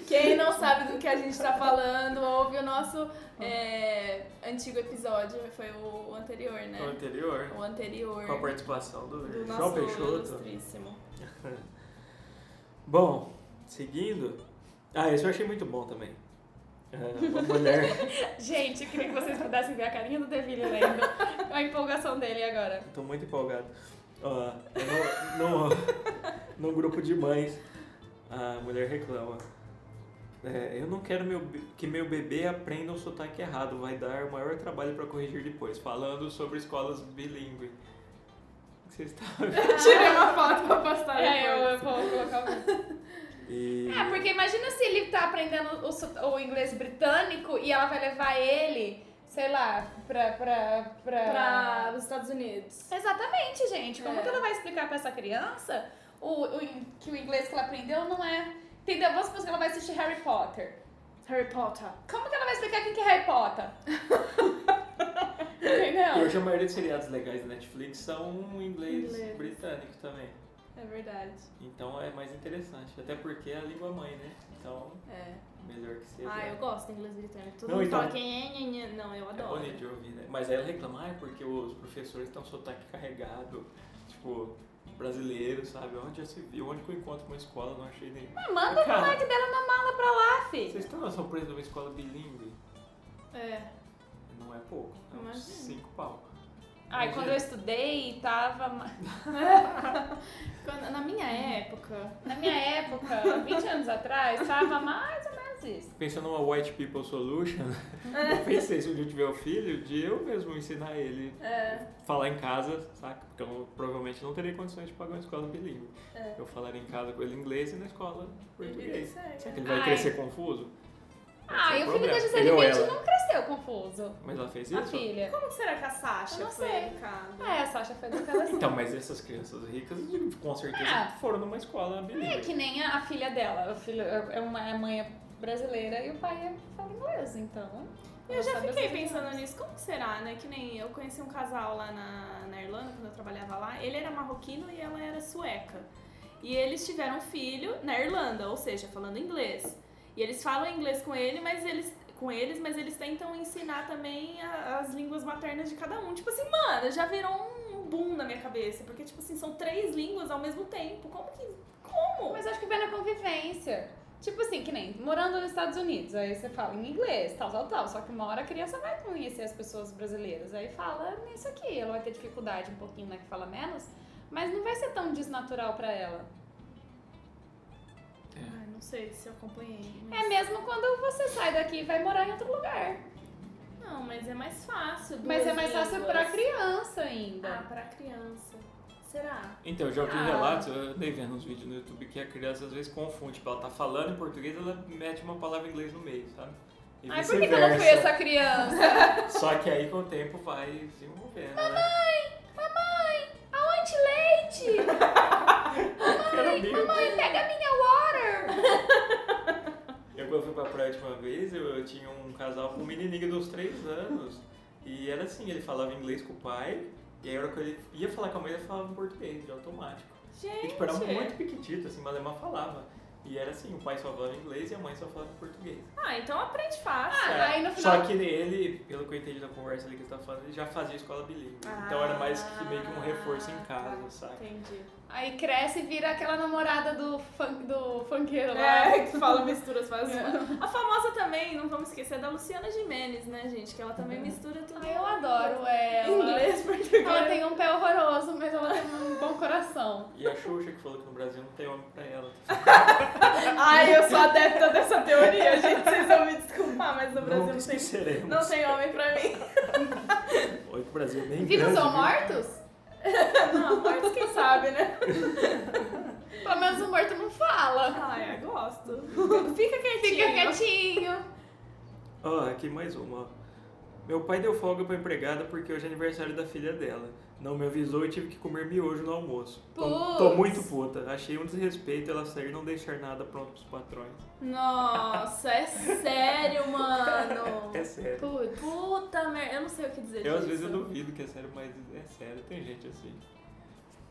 [SPEAKER 3] Quem não sabe do que a gente tá falando, ouve o nosso é, antigo episódio. Foi o anterior, né?
[SPEAKER 1] No é anterior,
[SPEAKER 3] O anterior.
[SPEAKER 1] com a participação do,
[SPEAKER 3] Do
[SPEAKER 1] João
[SPEAKER 3] nosso
[SPEAKER 1] Peixoto.
[SPEAKER 3] ilustríssimo.
[SPEAKER 1] Bom, seguindo. Ah, esse eu achei muito bom também. É, uma mulher.
[SPEAKER 2] Gente, eu queria que vocês pudessem ver a carinha do Deville lendo. A empolgação dele agora.
[SPEAKER 1] Tô muito empolgado. Ó, no, no, no grupo de mães, a mulher reclama. é, eu não quero meu, be- que meu bebê aprenda um sotaque errado, vai dar maior trabalho pra corrigir depois. Falando sobre escolas bilíngue. Você está
[SPEAKER 3] Tirei uma foto pra postar
[SPEAKER 2] É, eu,
[SPEAKER 3] depois.
[SPEAKER 2] eu vou colocar o
[SPEAKER 1] e...
[SPEAKER 2] É,
[SPEAKER 3] Ah,
[SPEAKER 2] porque imagina se ele tá aprendendo o, sot- o inglês britânico e ela vai levar ele, sei lá, pra. pra, pra...
[SPEAKER 3] Pra os Estados Unidos.
[SPEAKER 2] Exatamente, gente. Como
[SPEAKER 3] É.
[SPEAKER 2] que ela vai explicar pra essa criança o, o in- que o inglês que ela aprendeu não é. Entendeu? Vamos supor que ela vai assistir Harry Potter.
[SPEAKER 3] Harry Potter.
[SPEAKER 2] Como que ela vai explicar quem que é Harry Potter?
[SPEAKER 1] E
[SPEAKER 2] Entendeu?
[SPEAKER 1] hoje a maioria dos seriados legais da Netflix são em inglês,
[SPEAKER 3] Inglês.
[SPEAKER 1] britânico também.
[SPEAKER 3] É verdade.
[SPEAKER 1] Então é mais interessante. Até porque é a língua mãe, né? Então,
[SPEAKER 3] É.
[SPEAKER 1] melhor que seja.
[SPEAKER 3] Ah, eu gosto de inglês britânico. Todo
[SPEAKER 1] Não,
[SPEAKER 3] mundo
[SPEAKER 1] então-
[SPEAKER 3] fala que é, é, é, é. Não, eu
[SPEAKER 1] É
[SPEAKER 3] adoro.
[SPEAKER 1] bonito de ouvir, né? Mas aí ela reclama, ah, é porque os professores estão sotaque carregado, tipo, brasileiro, sabe? Onde já se viu? Onde que eu encontro uma escola? Não achei nem.
[SPEAKER 2] Ah, Manda o
[SPEAKER 1] Cara.
[SPEAKER 2] moleque dela na mala pra lá, fi.
[SPEAKER 1] Vocês estão são presos numa escola bilíngue?
[SPEAKER 3] É.
[SPEAKER 1] Não é pouco. É uns
[SPEAKER 3] Imagina.
[SPEAKER 1] cinco pau.
[SPEAKER 2] Ai,
[SPEAKER 1] Imagina.
[SPEAKER 2] quando eu estudei, tava. ma-
[SPEAKER 3] Quando- na minha época.
[SPEAKER 2] Na minha época, 20 anos atrás, tava mais ou menos isso.
[SPEAKER 1] Pensando numa White People Solution, eu pensei, se um dia eu tiver o filho, de eu mesmo ensinar ele
[SPEAKER 3] É.
[SPEAKER 1] falar em casa, saca? Porque eu provavelmente não teria condições de pagar uma escola bilíngue.
[SPEAKER 3] É.
[SPEAKER 1] Eu falaria em casa com ele inglês e na escola português. Será que ele vai
[SPEAKER 2] Ai.
[SPEAKER 1] crescer confuso? Pode
[SPEAKER 2] Ah,
[SPEAKER 1] ser
[SPEAKER 2] e
[SPEAKER 1] um
[SPEAKER 2] o filho da
[SPEAKER 1] problema.
[SPEAKER 2] Gisele
[SPEAKER 1] Ele ou
[SPEAKER 2] Bündchen
[SPEAKER 1] ela?
[SPEAKER 2] não cresceu confuso.
[SPEAKER 1] Mas ela fez
[SPEAKER 2] A
[SPEAKER 1] isso?
[SPEAKER 2] filha.
[SPEAKER 3] Como que será que a Sasha
[SPEAKER 2] Eu não
[SPEAKER 3] foi
[SPEAKER 2] sei.
[SPEAKER 3] educada?
[SPEAKER 2] É, a Sasha foi educada assim.
[SPEAKER 1] Então, mas essas crianças ricas com certeza
[SPEAKER 2] Ah.
[SPEAKER 1] foram numa escola bilíngue.
[SPEAKER 2] É que nem a, a filha dela. O filho é uma a mãe é brasileira e o pai é, fala inglês, então.
[SPEAKER 3] Eu já
[SPEAKER 2] sabe
[SPEAKER 3] fiquei
[SPEAKER 2] essas
[SPEAKER 3] pensando
[SPEAKER 2] coisas.
[SPEAKER 3] nisso, como que será, né? Que nem eu conheci um casal lá na, na Irlanda, quando eu trabalhava lá. Ele era marroquino e ela era sueca. E eles tiveram um filho na Irlanda, ou seja, falando inglês. E eles falam inglês com ele, mas eles com eles, mas eles tentam ensinar também a- as línguas maternas de cada um. Tipo assim, mano, já virou um boom na minha cabeça, porque tipo assim, são três línguas ao mesmo tempo. Como que
[SPEAKER 2] É.
[SPEAKER 3] como?
[SPEAKER 2] Mas acho que vai na convivência. Tipo assim, que nem morando nos Estados Unidos, aí você fala em inglês, tal, tal, tal. Só que uma hora a criança vai conhecer as pessoas brasileiras. Aí fala nisso aqui. Ela vai ter dificuldade um pouquinho na que fala menos, mas não vai ser tão desnatural pra ela.
[SPEAKER 3] Ai, não sei se eu acompanhei. mas-
[SPEAKER 2] É mesmo quando você sai daqui e vai morar em outro lugar.
[SPEAKER 3] Não, mas é mais fácil.
[SPEAKER 2] Mas
[SPEAKER 3] duas
[SPEAKER 2] é mais fácil
[SPEAKER 3] línguas.
[SPEAKER 2] pra criança
[SPEAKER 3] Ah,
[SPEAKER 2] ainda.
[SPEAKER 3] pra criança. Será?
[SPEAKER 1] Então, eu já ouvi
[SPEAKER 2] Ah.
[SPEAKER 1] relatos, eu andei vendo uns vídeos no YouTube que a criança às vezes confunde. Tipo, ela tá falando em português, ela mete uma palavra em inglês no meio, sabe? E
[SPEAKER 2] Ai, por que, que eu não fui
[SPEAKER 1] vice-versa.
[SPEAKER 2] essa criança?
[SPEAKER 1] Só que aí com o tempo vai se envolvendo, né?
[SPEAKER 2] Mamãe! Mamãe! Aonde leite?
[SPEAKER 1] Quero milk.
[SPEAKER 2] Mamãe, pega minha water!
[SPEAKER 1] Eu quando fui pra praia a última vez, eu, eu tinha um casal com um menininho dos 3 anos. E era assim, ele falava inglês com o pai, e aí a hora que ele ia falar com a mãe, ele falava em português, de automático.
[SPEAKER 3] Gente!
[SPEAKER 1] E tipo, era muito piquitito, assim, mas a irmã falava. E era assim, o pai só falava inglês e a mãe só falava português.
[SPEAKER 3] Ah, então aprende fácil. Né?
[SPEAKER 2] Ah,
[SPEAKER 1] É.
[SPEAKER 2] aí no
[SPEAKER 1] Só
[SPEAKER 2] final.
[SPEAKER 1] que ele, pelo que eu entendi da conversa ali que você tá falando, ele já fazia escola bilíngue. Então era mais que meio que um reforço em casa,
[SPEAKER 3] Ah,
[SPEAKER 1] sabe?
[SPEAKER 3] Entendi.
[SPEAKER 2] Aí cresce e vira aquela namorada do, fun, do funkeiro lá.
[SPEAKER 3] É, que fala misturas faz A famosa também, não vamos esquecer, é da Luciana Jimenez, né, gente? Que ela também mistura tudo.
[SPEAKER 2] Ai, eu adoro ela.
[SPEAKER 3] Inglês, português.
[SPEAKER 2] Ela tem um pé horroroso, mas ela tem um bom coração.
[SPEAKER 1] E a Xuxa que falou que no Brasil não tem homem pra ela.
[SPEAKER 3] Ai, eu sou adepta dessa teoria, gente. Vocês vão me desculpar, mas no Brasil
[SPEAKER 1] Nunca
[SPEAKER 3] não tem,
[SPEAKER 1] esqueceremos.
[SPEAKER 3] não tem homem pra mim.
[SPEAKER 1] Olha que o Brasil é bem
[SPEAKER 2] Vivos
[SPEAKER 1] grande,
[SPEAKER 2] ou
[SPEAKER 1] viu?
[SPEAKER 2] mortos?
[SPEAKER 3] Ah, Não, mas quem sabe, né?
[SPEAKER 2] Pelo menos o morto não fala.
[SPEAKER 3] Ai, é. eu gosto. Fica quietinho.
[SPEAKER 2] Fica quietinho.
[SPEAKER 1] Ó, aqui mais uma. ó. Meu pai deu folga pra empregada porque hoje é aniversário da filha dela. Não me avisou e tive que comer miojo no almoço. Tô, tô
[SPEAKER 2] Putz.
[SPEAKER 1] muito puta. Achei um desrespeito ela sair e não deixar nada pronto pros patrões.
[SPEAKER 3] Nossa, é sério, mano.
[SPEAKER 1] É sério.
[SPEAKER 2] Putz.
[SPEAKER 3] Puta merda, eu não sei o que dizer
[SPEAKER 1] Eu às
[SPEAKER 3] disso.
[SPEAKER 1] vezes eu duvido que é sério, mas é sério. Tem gente assim.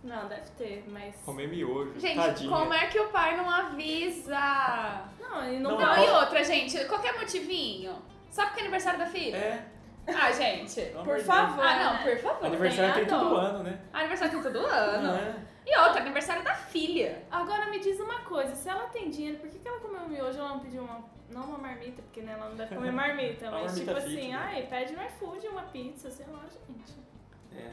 [SPEAKER 3] Não, deve ter, mas...
[SPEAKER 1] Comer miojo,
[SPEAKER 2] Gente,
[SPEAKER 1] tadinha.
[SPEAKER 2] como é que o pai não avisa?
[SPEAKER 3] Não, e
[SPEAKER 1] é? Não,
[SPEAKER 2] Não,
[SPEAKER 3] não...
[SPEAKER 1] mas-
[SPEAKER 2] e outra, gente, qualquer motivinho. Só porque é aniversário da filha?
[SPEAKER 1] É,
[SPEAKER 2] Ah, gente.
[SPEAKER 1] pelo amor
[SPEAKER 3] Por
[SPEAKER 1] de
[SPEAKER 3] favor,
[SPEAKER 2] Ah, não,
[SPEAKER 3] né?
[SPEAKER 2] por favor.
[SPEAKER 1] Deus. Aniversário tem
[SPEAKER 2] tenha dó.
[SPEAKER 1] todo ano, né?
[SPEAKER 2] Aniversário tem todo ano.
[SPEAKER 1] é?
[SPEAKER 2] E outra, aniversário da filha.
[SPEAKER 3] Agora me diz uma coisa, se ela tem dinheiro, por que, que ela comeu um miojo ela não pediu uma... Não uma marmita, porque né, ela não deve comer marmita,
[SPEAKER 1] Uma
[SPEAKER 3] mas
[SPEAKER 1] marmita
[SPEAKER 3] tipo
[SPEAKER 1] fit,
[SPEAKER 3] assim,
[SPEAKER 1] né?
[SPEAKER 3] ai, pede um iFood, uma pizza, sei lá, gente.
[SPEAKER 1] É.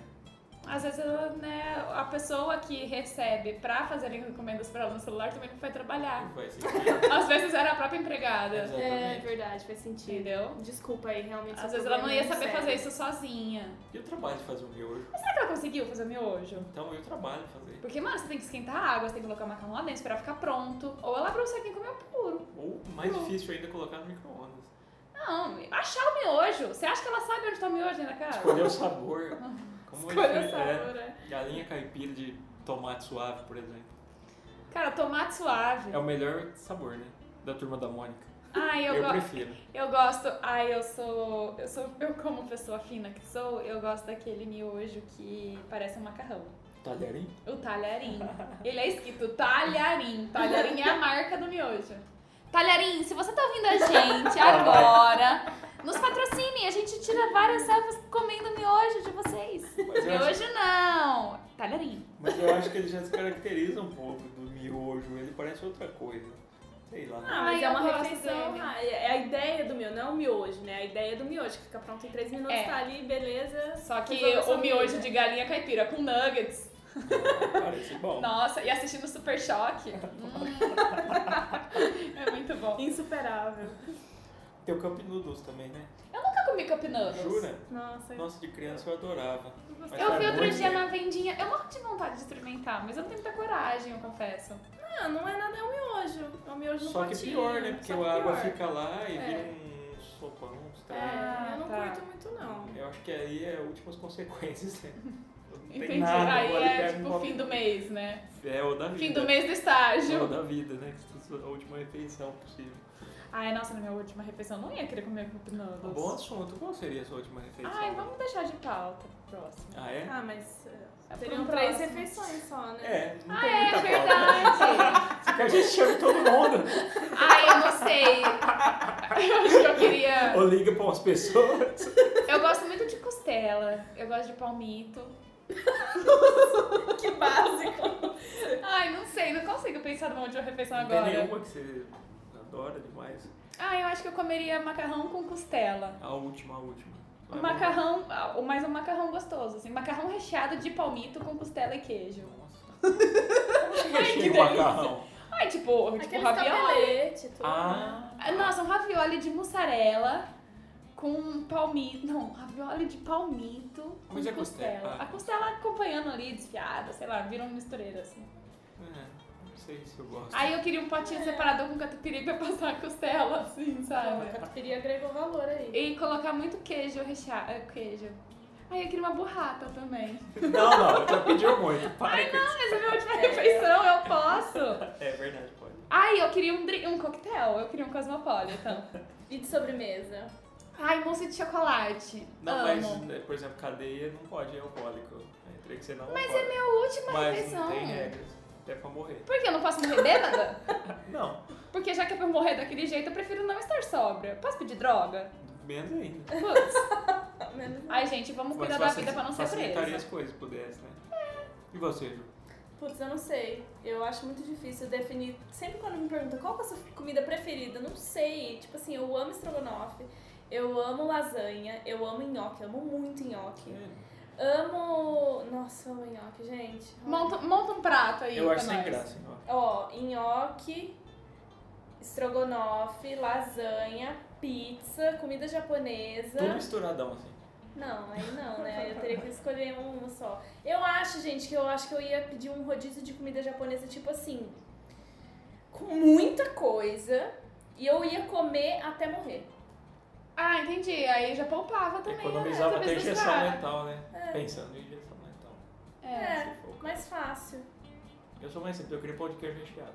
[SPEAKER 2] às vezes ela, né, a pessoa que recebe pra fazerem encomendas pra ela no celular também não foi trabalhar.
[SPEAKER 1] Foi assim. que-
[SPEAKER 2] Às vezes era a própria empregada,
[SPEAKER 3] É
[SPEAKER 1] Exatamente.
[SPEAKER 3] verdade, faz sentido.
[SPEAKER 2] entendeu?
[SPEAKER 3] Desculpa aí, realmente.
[SPEAKER 2] Às
[SPEAKER 3] seu
[SPEAKER 2] vezes ela não ia
[SPEAKER 3] problema é
[SPEAKER 2] saber
[SPEAKER 3] sério.
[SPEAKER 2] fazer isso sozinha.
[SPEAKER 1] E o trabalho de fazer um miojo?
[SPEAKER 2] Mas será que ela conseguiu fazer miojo?
[SPEAKER 1] Então, eu trabalho de fazer.
[SPEAKER 2] Porque, mano, você tem que esquentar a água, você tem que colocar o macarrão lá dentro, esperar ficar pronto. Ou ela consegue comer puro.
[SPEAKER 1] Ou, mais
[SPEAKER 2] Não.
[SPEAKER 1] difícil ainda, colocar no micro-ondas.
[SPEAKER 2] Não, achar o miojo. Você acha que ela sabe onde tá o miojo dentro da casa?
[SPEAKER 1] Escolher o sabor. Como
[SPEAKER 3] Escolha
[SPEAKER 1] é
[SPEAKER 3] o
[SPEAKER 1] diferente.
[SPEAKER 3] sabor, né?
[SPEAKER 1] É. Galinha caipira de tomate suave, por exemplo.
[SPEAKER 2] Cara, tomate suave.
[SPEAKER 1] É o melhor sabor, né? Da turma da Mônica.
[SPEAKER 2] Ai, eu,
[SPEAKER 1] eu
[SPEAKER 2] go-
[SPEAKER 1] prefiro.
[SPEAKER 2] eu gosto. Ai, eu sou. Eu sou. Eu, como pessoa fina que sou, eu gosto daquele miojo que parece um macarrão.
[SPEAKER 1] Talherinho?
[SPEAKER 2] O talharim. Ele é escrito talharim. Talharim é a marca do miojo. Talharim, se você tá ouvindo a gente agora, nos patrocine. A gente tira várias selfies comendo miojo de vocês.
[SPEAKER 1] Mas eu, acho,
[SPEAKER 2] Miojo não. Talharim.
[SPEAKER 1] mas eu acho que ele já descaracteriza um pouco do miojo. Ele parece outra coisa. Sei lá.
[SPEAKER 3] Ah, mas
[SPEAKER 2] Ai,
[SPEAKER 3] é
[SPEAKER 2] eu
[SPEAKER 3] uma
[SPEAKER 2] gosto
[SPEAKER 3] refeição.
[SPEAKER 2] dele.
[SPEAKER 3] ah, é a ideia do miojo, não é o miojo, né? A ideia do miojo, que fica pronto em três minutos,
[SPEAKER 2] É.
[SPEAKER 3] tá ali, beleza.
[SPEAKER 2] Só que
[SPEAKER 3] Resolve sua
[SPEAKER 2] o miojo
[SPEAKER 3] vida.
[SPEAKER 2] de galinha caipira com nuggets.
[SPEAKER 1] Parece bom.
[SPEAKER 2] Nossa, e assistindo Super Choque. Hum. é muito bom.
[SPEAKER 3] Insuperável.
[SPEAKER 1] Tem o Cup Noodles também, né?
[SPEAKER 2] Eu nunca comi cup noodles.
[SPEAKER 1] Jura?
[SPEAKER 3] Nossa,
[SPEAKER 1] Nossa, de criança eu adorava. Mas
[SPEAKER 2] Eu
[SPEAKER 1] faz
[SPEAKER 2] vi outro
[SPEAKER 1] muito
[SPEAKER 2] dia
[SPEAKER 1] tempo.
[SPEAKER 2] na vendinha. Eu morro de vontade de experimentar, mas eu não tenho muita coragem, eu confesso.
[SPEAKER 3] Ah, não é nada, é um miojo. É um miojo no
[SPEAKER 1] Só que
[SPEAKER 3] potinho.
[SPEAKER 1] pior, né? Porque
[SPEAKER 3] Só que é
[SPEAKER 1] a água
[SPEAKER 3] pior.
[SPEAKER 1] fica lá e
[SPEAKER 3] É.
[SPEAKER 1] vira um sopão, um estrago.
[SPEAKER 3] É, eu não
[SPEAKER 2] Ah, tá.
[SPEAKER 3] curto muito, não.
[SPEAKER 1] Eu acho que aí é últimas consequências, né? Não tem
[SPEAKER 2] Entendi.
[SPEAKER 1] nada,
[SPEAKER 2] Aí
[SPEAKER 1] olha,
[SPEAKER 2] é
[SPEAKER 1] pega
[SPEAKER 2] tipo
[SPEAKER 1] um copo-
[SPEAKER 2] fim do mês, né?
[SPEAKER 1] É, ou da vida.
[SPEAKER 2] Fim do mês do
[SPEAKER 1] Ou
[SPEAKER 2] estágio.
[SPEAKER 1] da vida, né? Que isso é a última refeição possível.
[SPEAKER 2] Ai, nossa, na minha última refeição eu não ia querer comer cup
[SPEAKER 1] Um bom tá
[SPEAKER 2] noodles.
[SPEAKER 1] assunto. Qual seria a sua última refeição?
[SPEAKER 2] Ai, vamos deixar de pauta pro próximo.
[SPEAKER 1] Ah, é?
[SPEAKER 3] Ah, mas eh,
[SPEAKER 2] É
[SPEAKER 3] seriam
[SPEAKER 2] pro
[SPEAKER 3] três
[SPEAKER 2] próximo.
[SPEAKER 3] refeições só, né?
[SPEAKER 1] É, não
[SPEAKER 2] Ah,
[SPEAKER 1] tem
[SPEAKER 2] é
[SPEAKER 1] muita
[SPEAKER 2] verdade.
[SPEAKER 1] pauta. A gente chama todo mundo.
[SPEAKER 2] Ai, eu não sei. Eu acho que eu queria.
[SPEAKER 1] Ou liga pra umas pessoas.
[SPEAKER 2] Eu gosto muito de costela. Eu gosto de palmito.
[SPEAKER 3] Que básico.
[SPEAKER 2] Ai, não sei, não consigo pensar numa última refeição
[SPEAKER 1] Não tem
[SPEAKER 2] Tá agora.
[SPEAKER 1] nenhuma que você adora demais.
[SPEAKER 2] Ah, eu acho que eu comeria macarrão com costela.
[SPEAKER 1] A última, a última.
[SPEAKER 2] Um macarrão, ah, mais um macarrão gostoso, assim. Macarrão recheado de palmito com costela e queijo.
[SPEAKER 1] Nossa. Como
[SPEAKER 2] que
[SPEAKER 1] que o
[SPEAKER 2] delícia.
[SPEAKER 1] macarrão?
[SPEAKER 2] Ai, tipo, tipo
[SPEAKER 3] Aquele
[SPEAKER 2] ravioli.
[SPEAKER 3] tapelete, tudo. né?
[SPEAKER 1] Ah,
[SPEAKER 2] Ah, Nossa, um ravioli de mussarela com palmito. Não, um ravioli de palmito com
[SPEAKER 1] Mas e a
[SPEAKER 2] costela.
[SPEAKER 1] costela? Ah.
[SPEAKER 2] A costela acompanhando ali, desfiada, sei lá, vira uma mistureira, assim.
[SPEAKER 1] é, não sei se eu gosto.
[SPEAKER 2] Aí eu queria um potinho separado com catupiry pra passar a costela, assim, sabe?
[SPEAKER 3] Eu queria agregou valor aí.
[SPEAKER 2] E colocar muito queijo recheado. Queijo. Aí eu queria uma borracha também.
[SPEAKER 1] Não, não, já pediu muito. Para com isso.
[SPEAKER 2] Mas a minha última refeição É, eu posso.
[SPEAKER 1] É verdade, pode.
[SPEAKER 2] Ai, eu queria um, dri- um coquetel. Eu queria um cosmopolitan.
[SPEAKER 3] E de sobremesa?
[SPEAKER 2] Ai, mousse de chocolate.
[SPEAKER 1] Não,
[SPEAKER 2] Amo.
[SPEAKER 1] mas, né, por exemplo, cadeia não pode é alcoólico. Aí teria que ser não
[SPEAKER 2] Mas é
[SPEAKER 1] alcoólico.
[SPEAKER 2] minha última
[SPEAKER 1] Mas
[SPEAKER 2] refeição.
[SPEAKER 1] não tem é. regras. Até pra morrer. Tá,
[SPEAKER 2] Por que eu não posso morrer bêbada?
[SPEAKER 1] Não,
[SPEAKER 2] Porque já que é pra eu morrer daquele jeito, eu prefiro não estar sóbria. Posso pedir droga?
[SPEAKER 1] menos ainda.
[SPEAKER 2] Putz.
[SPEAKER 3] Menos
[SPEAKER 2] Ai, gente, vamos cuidar da
[SPEAKER 1] Mas
[SPEAKER 2] vida pra não ser
[SPEAKER 1] facilitaria as
[SPEAKER 2] presa.
[SPEAKER 1] coisas, se pudesse, né? E você, Ju?
[SPEAKER 3] Putz, eu não sei. Eu acho muito difícil definir. Sempre quando me perguntam qual que é a sua comida preferida, eu não sei. Tipo assim, eu amo estrogonofe, eu amo lasanha, eu amo nhoque, eu amo muito nhoque. Amo. Nossa, eu amo nhoque, gente. Ai.
[SPEAKER 2] Monta, monta um prato aí
[SPEAKER 1] Eu
[SPEAKER 2] pra
[SPEAKER 1] acho sem
[SPEAKER 2] nós.
[SPEAKER 1] graça, eu acho.
[SPEAKER 3] Ó, nhoque, estrogonofe, lasanha, pizza, comida japonesa.
[SPEAKER 2] é.
[SPEAKER 1] Tudo misturadão, assim.
[SPEAKER 3] Não, aí não, né? Aí Eu teria que escolher uma só. Eu acho, gente, que eu acho que eu ia pedir um rodízio de comida japonesa, tipo assim, com muita coisa, e eu ia comer até morrer.
[SPEAKER 2] Ah, entendi. Aí já poupava também. né?
[SPEAKER 1] Economizava
[SPEAKER 2] Essa
[SPEAKER 1] até
[SPEAKER 2] vez do
[SPEAKER 1] injeção
[SPEAKER 2] prato.
[SPEAKER 1] mental, né? Pensando em injeção mental. né?
[SPEAKER 2] É.
[SPEAKER 3] É.
[SPEAKER 1] Se for o caso.
[SPEAKER 3] Mais fácil.
[SPEAKER 1] Eu sou mais simples, eu queria pão de queijo recheado.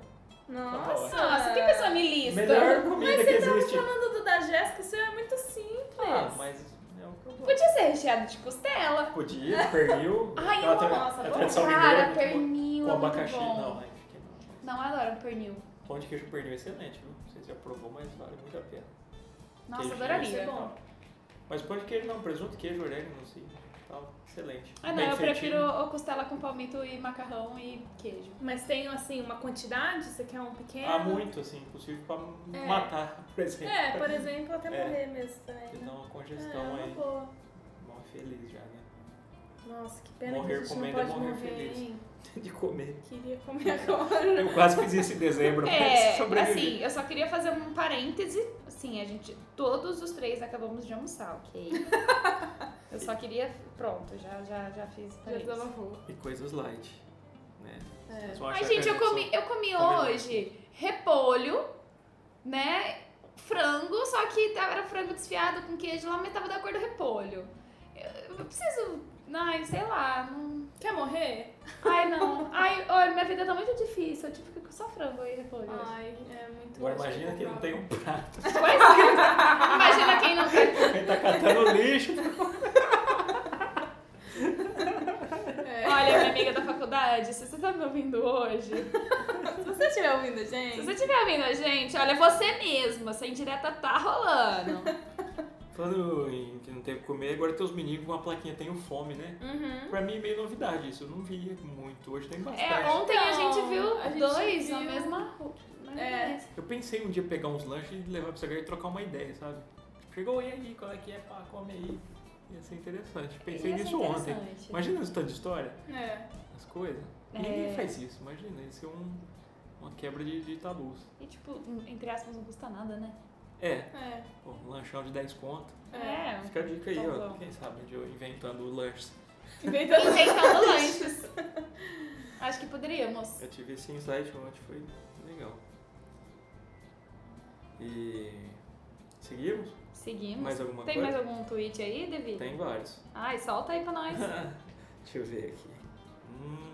[SPEAKER 3] Nossa!
[SPEAKER 2] Nossa, que pessoa milista.
[SPEAKER 1] Melhor comida
[SPEAKER 2] tá
[SPEAKER 3] Mas
[SPEAKER 1] que
[SPEAKER 3] você tava
[SPEAKER 1] existe.
[SPEAKER 3] falando do da Jéssica, isso é muito simples.
[SPEAKER 1] Ah, mas é o que eu gosto.
[SPEAKER 2] Podia ser recheado de costela.
[SPEAKER 1] Podia, pernil.
[SPEAKER 2] Ai,
[SPEAKER 1] aquela
[SPEAKER 2] eu
[SPEAKER 1] tra-
[SPEAKER 2] amo,
[SPEAKER 3] nossa,
[SPEAKER 1] a
[SPEAKER 3] bom.
[SPEAKER 1] tradição mineira,
[SPEAKER 2] Cara,
[SPEAKER 1] muito boa.
[SPEAKER 2] pernil.
[SPEAKER 1] Com
[SPEAKER 2] é muito
[SPEAKER 1] abacaxi.
[SPEAKER 2] bom.
[SPEAKER 1] Não, ai, acho que não.
[SPEAKER 2] Não, eu adoro pernil.
[SPEAKER 1] Pão de queijo pernil é excelente, viu? Não sei se já provou, mas vale muito a pena.
[SPEAKER 2] Nossa,
[SPEAKER 1] Queijo
[SPEAKER 2] adoraria.
[SPEAKER 1] é bom. Mas pão de queijo não, presunto, queijo, orégano, não sei. Tal, excelente.
[SPEAKER 2] Ah, não,
[SPEAKER 1] Bem
[SPEAKER 2] eu
[SPEAKER 1] feitinho.
[SPEAKER 2] prefiro o costela com palmito e macarrão e queijo.
[SPEAKER 3] Mas tem, assim, uma quantidade? Você quer um pequeno?
[SPEAKER 1] Há muito, assim, impossível pra
[SPEAKER 3] É.
[SPEAKER 1] matar, por exemplo.
[SPEAKER 3] É, por exemplo, até
[SPEAKER 1] É.
[SPEAKER 3] morrer mesmo também.
[SPEAKER 1] Porque
[SPEAKER 3] né?
[SPEAKER 1] dá uma
[SPEAKER 3] É,
[SPEAKER 1] congestão
[SPEAKER 3] uma
[SPEAKER 1] aí.
[SPEAKER 3] boa.
[SPEAKER 1] Mó feliz já, né?
[SPEAKER 3] Nossa, que pena
[SPEAKER 1] Morrer
[SPEAKER 3] que a gente
[SPEAKER 1] comendo é
[SPEAKER 3] não pode
[SPEAKER 1] morrer
[SPEAKER 3] morrer,
[SPEAKER 1] feliz.
[SPEAKER 3] hein?
[SPEAKER 1] de comer.
[SPEAKER 3] Queria comer agora.
[SPEAKER 1] Eu quase fiz isso em dezembro, mas
[SPEAKER 2] É,
[SPEAKER 1] sobrevivi.
[SPEAKER 2] assim, eu só queria fazer um parêntese. Assim, a gente, todos os três acabamos de almoçar, ok? eu só queria, pronto, já, já, já fiz
[SPEAKER 3] Já
[SPEAKER 2] parêntese.
[SPEAKER 3] desabafou.
[SPEAKER 1] E coisas light, né?
[SPEAKER 3] É.
[SPEAKER 1] Só
[SPEAKER 2] Ai,
[SPEAKER 1] achar
[SPEAKER 2] gente,
[SPEAKER 1] que a
[SPEAKER 2] eu comi, eu comi
[SPEAKER 1] combinou.
[SPEAKER 2] hoje repolho, né? Frango, só que tava- era frango desfiado com queijo lá, mas tava da cor do repolho. Eu, eu preciso. Ai, sei lá. Não...
[SPEAKER 3] Quer morrer?
[SPEAKER 2] Ai, não. Ai, olha, minha vida tá muito difícil. Eu tive que ficar só frango e repolho. hoje.
[SPEAKER 3] Ai, é muito
[SPEAKER 1] Agora imagina que não tem um prato.
[SPEAKER 2] Pois é. Imagina quem não quer.
[SPEAKER 1] Ele tá catando lixo.
[SPEAKER 3] É.
[SPEAKER 2] Olha, minha amiga da faculdade, se você tá me ouvindo hoje,
[SPEAKER 3] Se você estiver ouvindo,
[SPEAKER 2] se
[SPEAKER 3] gente.
[SPEAKER 2] você estiver ouvindo a gente, olha, você mesma, essa indireta tá rolando.
[SPEAKER 1] Falando em que não tem o que comer, agora tem os meninos com uma plaquinha Tenho Fome, né?
[SPEAKER 3] Uhum.
[SPEAKER 1] Pra mim é meio novidade isso, eu não via muito, hoje tem bastante.
[SPEAKER 2] É, ontem a
[SPEAKER 3] Então,
[SPEAKER 2] gente viu
[SPEAKER 3] a gente
[SPEAKER 2] dois na
[SPEAKER 3] viu-
[SPEAKER 2] mesma né? rua. na
[SPEAKER 3] É.
[SPEAKER 2] mesma
[SPEAKER 1] Eu pensei um dia pegar uns lanches e levar pra essa galera e trocar uma ideia, sabe? Chegou, e aí, qual é que é, pá, come aí. Ia ser interessante. Pensei
[SPEAKER 2] Ia ser
[SPEAKER 1] nisso ontem.
[SPEAKER 2] interessante.
[SPEAKER 1] Imagina o tanto de história,
[SPEAKER 3] É.
[SPEAKER 1] as coisas. Ninguém faz isso, imagina. Isso é um, uma quebra de, de tabus.
[SPEAKER 2] E tipo, entre aspas, não custa nada, né?
[SPEAKER 1] É,
[SPEAKER 3] É.
[SPEAKER 1] pô, um lanchão de 10 conto.
[SPEAKER 3] É.
[SPEAKER 1] Fica a dica aí,
[SPEAKER 2] Então
[SPEAKER 1] ó.
[SPEAKER 2] vamos.
[SPEAKER 1] Quem sabe, de eu inventando lanches.
[SPEAKER 3] Inventando
[SPEAKER 2] Inventando lanches. Acho que poderíamos.
[SPEAKER 1] Eu tive esse insight ontem, foi legal. E seguimos?
[SPEAKER 2] Seguimos.
[SPEAKER 1] Mais alguma
[SPEAKER 2] Tem
[SPEAKER 1] coisa?
[SPEAKER 2] mais algum tweet aí, Devi?
[SPEAKER 1] Tem vários.
[SPEAKER 2] Ai, solta aí pra nós.
[SPEAKER 1] Deixa eu ver aqui. Hum.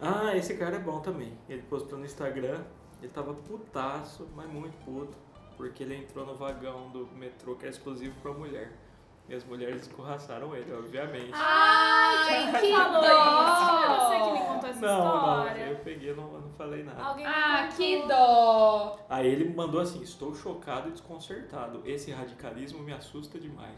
[SPEAKER 1] Ah, esse cara é bom também. Ele postou no Instagram, ele tava putaço, mas muito puto, porque ele entrou no vagão do metrô que era exclusivo pra mulher. E as mulheres escorraçaram ele, obviamente.
[SPEAKER 3] Ah,
[SPEAKER 2] Ai, que
[SPEAKER 3] falou isso. Foi você que me
[SPEAKER 2] dó!
[SPEAKER 3] contou essa
[SPEAKER 1] não, não,
[SPEAKER 3] história.
[SPEAKER 1] eu peguei, não, não falei nada.
[SPEAKER 3] Alguém me
[SPEAKER 2] Ah,
[SPEAKER 3] contou. então.
[SPEAKER 2] que dó!
[SPEAKER 1] Aí ele mandou assim: Estou chocado e desconcertado. Esse radicalismo me assusta demais.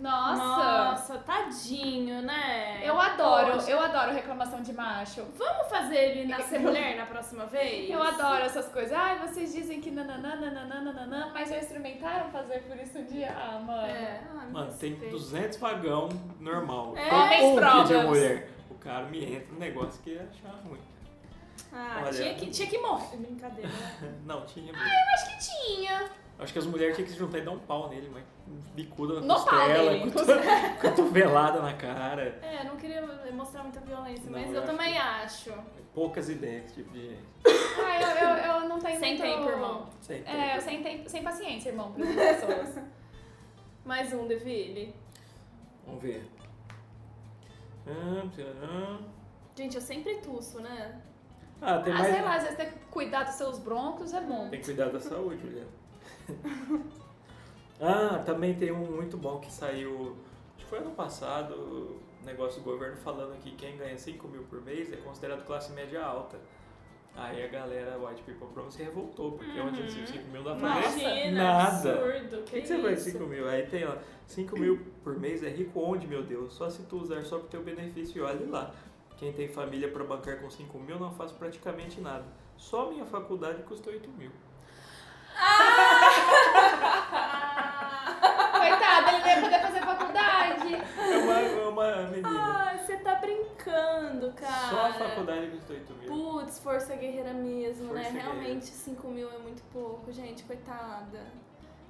[SPEAKER 2] Nossa!
[SPEAKER 3] Nossa, tadinho, né?
[SPEAKER 2] Eu adoro,
[SPEAKER 3] Poxa.
[SPEAKER 2] eu adoro reclamação de macho.
[SPEAKER 3] Vamos fazer ele nascer mulher na próxima vez?
[SPEAKER 2] Eu adoro essas coisas. Ai, vocês dizem que nananã, nananã, nananã, mas já experimentaram fazer por isso um dia? Ah, mano.
[SPEAKER 3] É. Ah, me
[SPEAKER 1] Mano, tem
[SPEAKER 3] respeita.
[SPEAKER 1] 200 vagão normal.
[SPEAKER 3] É,
[SPEAKER 1] Tem
[SPEAKER 2] tem
[SPEAKER 1] um que de
[SPEAKER 2] provas.
[SPEAKER 1] mulher. O cara me entra no negócio que ia achar ruim.
[SPEAKER 3] Ah,
[SPEAKER 1] Olha.
[SPEAKER 3] tinha que, tinha que morrer. Brincadeira. né?
[SPEAKER 1] Não, tinha mesmo.
[SPEAKER 2] Acho que tinha.
[SPEAKER 1] Acho que as mulheres tinham que se juntar e dar um pau nele, mas bicuda na
[SPEAKER 2] No pau
[SPEAKER 1] costela,
[SPEAKER 2] dele,
[SPEAKER 1] coto- cotovelada na cara.
[SPEAKER 3] É, eu não queria mostrar muita violência,
[SPEAKER 1] Não,
[SPEAKER 3] mas
[SPEAKER 1] eu
[SPEAKER 3] eu,
[SPEAKER 1] acho
[SPEAKER 3] também
[SPEAKER 1] que-
[SPEAKER 3] acho.
[SPEAKER 1] Poucas ideias esse tipo de gente.
[SPEAKER 2] Ah, eu, eu, eu não tenho
[SPEAKER 3] Sem
[SPEAKER 2] muito...
[SPEAKER 3] tempo, irmão.
[SPEAKER 1] Sempre.
[SPEAKER 2] É, eu sem, tempo, sem paciência, irmão, para as pessoas.
[SPEAKER 3] Mais um, Deville.
[SPEAKER 1] Vamos ver. Hum, tcharam.
[SPEAKER 3] Gente, eu sempre tuço, né?
[SPEAKER 1] Ah, tem
[SPEAKER 2] ah,
[SPEAKER 1] mais.
[SPEAKER 2] sei lá, às vezes ter que cuidar dos seus brônquios é bom.
[SPEAKER 1] Tem que cuidar da saúde, Juliana. ah, também tem um muito bom que saiu. Acho que foi ano passado, o negócio do governo falando que quem ganha 5 mil por mês é considerado classe média alta. Aí a galera White People Problem se revoltou, porque onde
[SPEAKER 3] Uhum.
[SPEAKER 1] onde 5 mil dá pra ver.
[SPEAKER 3] Imagina,
[SPEAKER 1] nada.
[SPEAKER 3] absurdo.
[SPEAKER 1] O que, que você faz assim 5 mil? Aí tem lá, 5 mil por mês é rico onde, meu Deus? Só se tu usar só pro teu benefício. E olha lá, quem tem família pra bancar com 5 mil não faz praticamente nada. Só minha faculdade custou 8 mil.
[SPEAKER 2] Coitado, ele não ia poder fazer faculdade.
[SPEAKER 1] É uma, é uma menina.
[SPEAKER 3] Ah, você tá brincando, Ah, cara.
[SPEAKER 1] Só a faculdade custa 8 mil.
[SPEAKER 3] Putz, força guerreira mesmo, né?
[SPEAKER 1] Força guerreira.
[SPEAKER 3] Realmente 5 mil é muito pouco, gente, coitada.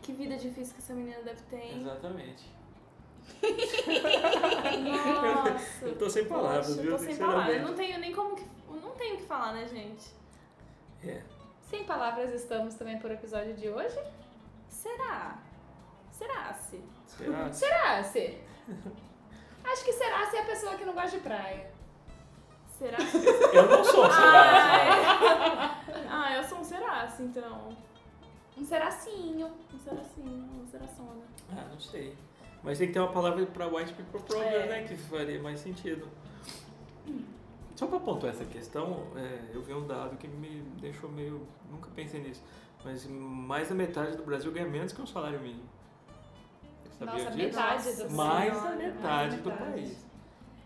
[SPEAKER 3] Que vida difícil que essa menina deve ter, hein?
[SPEAKER 1] Exatamente.
[SPEAKER 3] Nossa.
[SPEAKER 1] Eu tô sem palavras,
[SPEAKER 3] Poxa,
[SPEAKER 1] viu?
[SPEAKER 3] Tô sem palavras. Eu
[SPEAKER 1] Sinceramente.
[SPEAKER 3] não tenho nem como que. eu Não tenho o que falar, né, gente?
[SPEAKER 1] É.
[SPEAKER 2] Sem palavras estamos também por episódio de hoje.
[SPEAKER 3] Será? Será-se?
[SPEAKER 1] É, Será?
[SPEAKER 2] Será, se? Acho que será se é a pessoa que não gosta de praia.
[SPEAKER 3] Será?
[SPEAKER 1] Eu não sou, será?
[SPEAKER 3] ah, eu sou um será-se, então.
[SPEAKER 2] Um seracinho.
[SPEAKER 3] Um né? seracinho, uma serasona.
[SPEAKER 1] Ah, não sei. Mas tem que ter uma palavra pra white people problem,
[SPEAKER 3] É.
[SPEAKER 1] né? Que faria mais sentido. Só pra pontuar essa questão, é, eu vi um dado que me deixou meio. Nunca pensei nisso. Mas mais da metade do Brasil ganha menos que um salário mínimo. Sabia disso?
[SPEAKER 2] Nossa, metade
[SPEAKER 3] Nossa
[SPEAKER 2] do
[SPEAKER 1] Mais da
[SPEAKER 3] Senhora, mais
[SPEAKER 1] metade
[SPEAKER 3] da
[SPEAKER 1] do
[SPEAKER 3] metade.
[SPEAKER 1] país.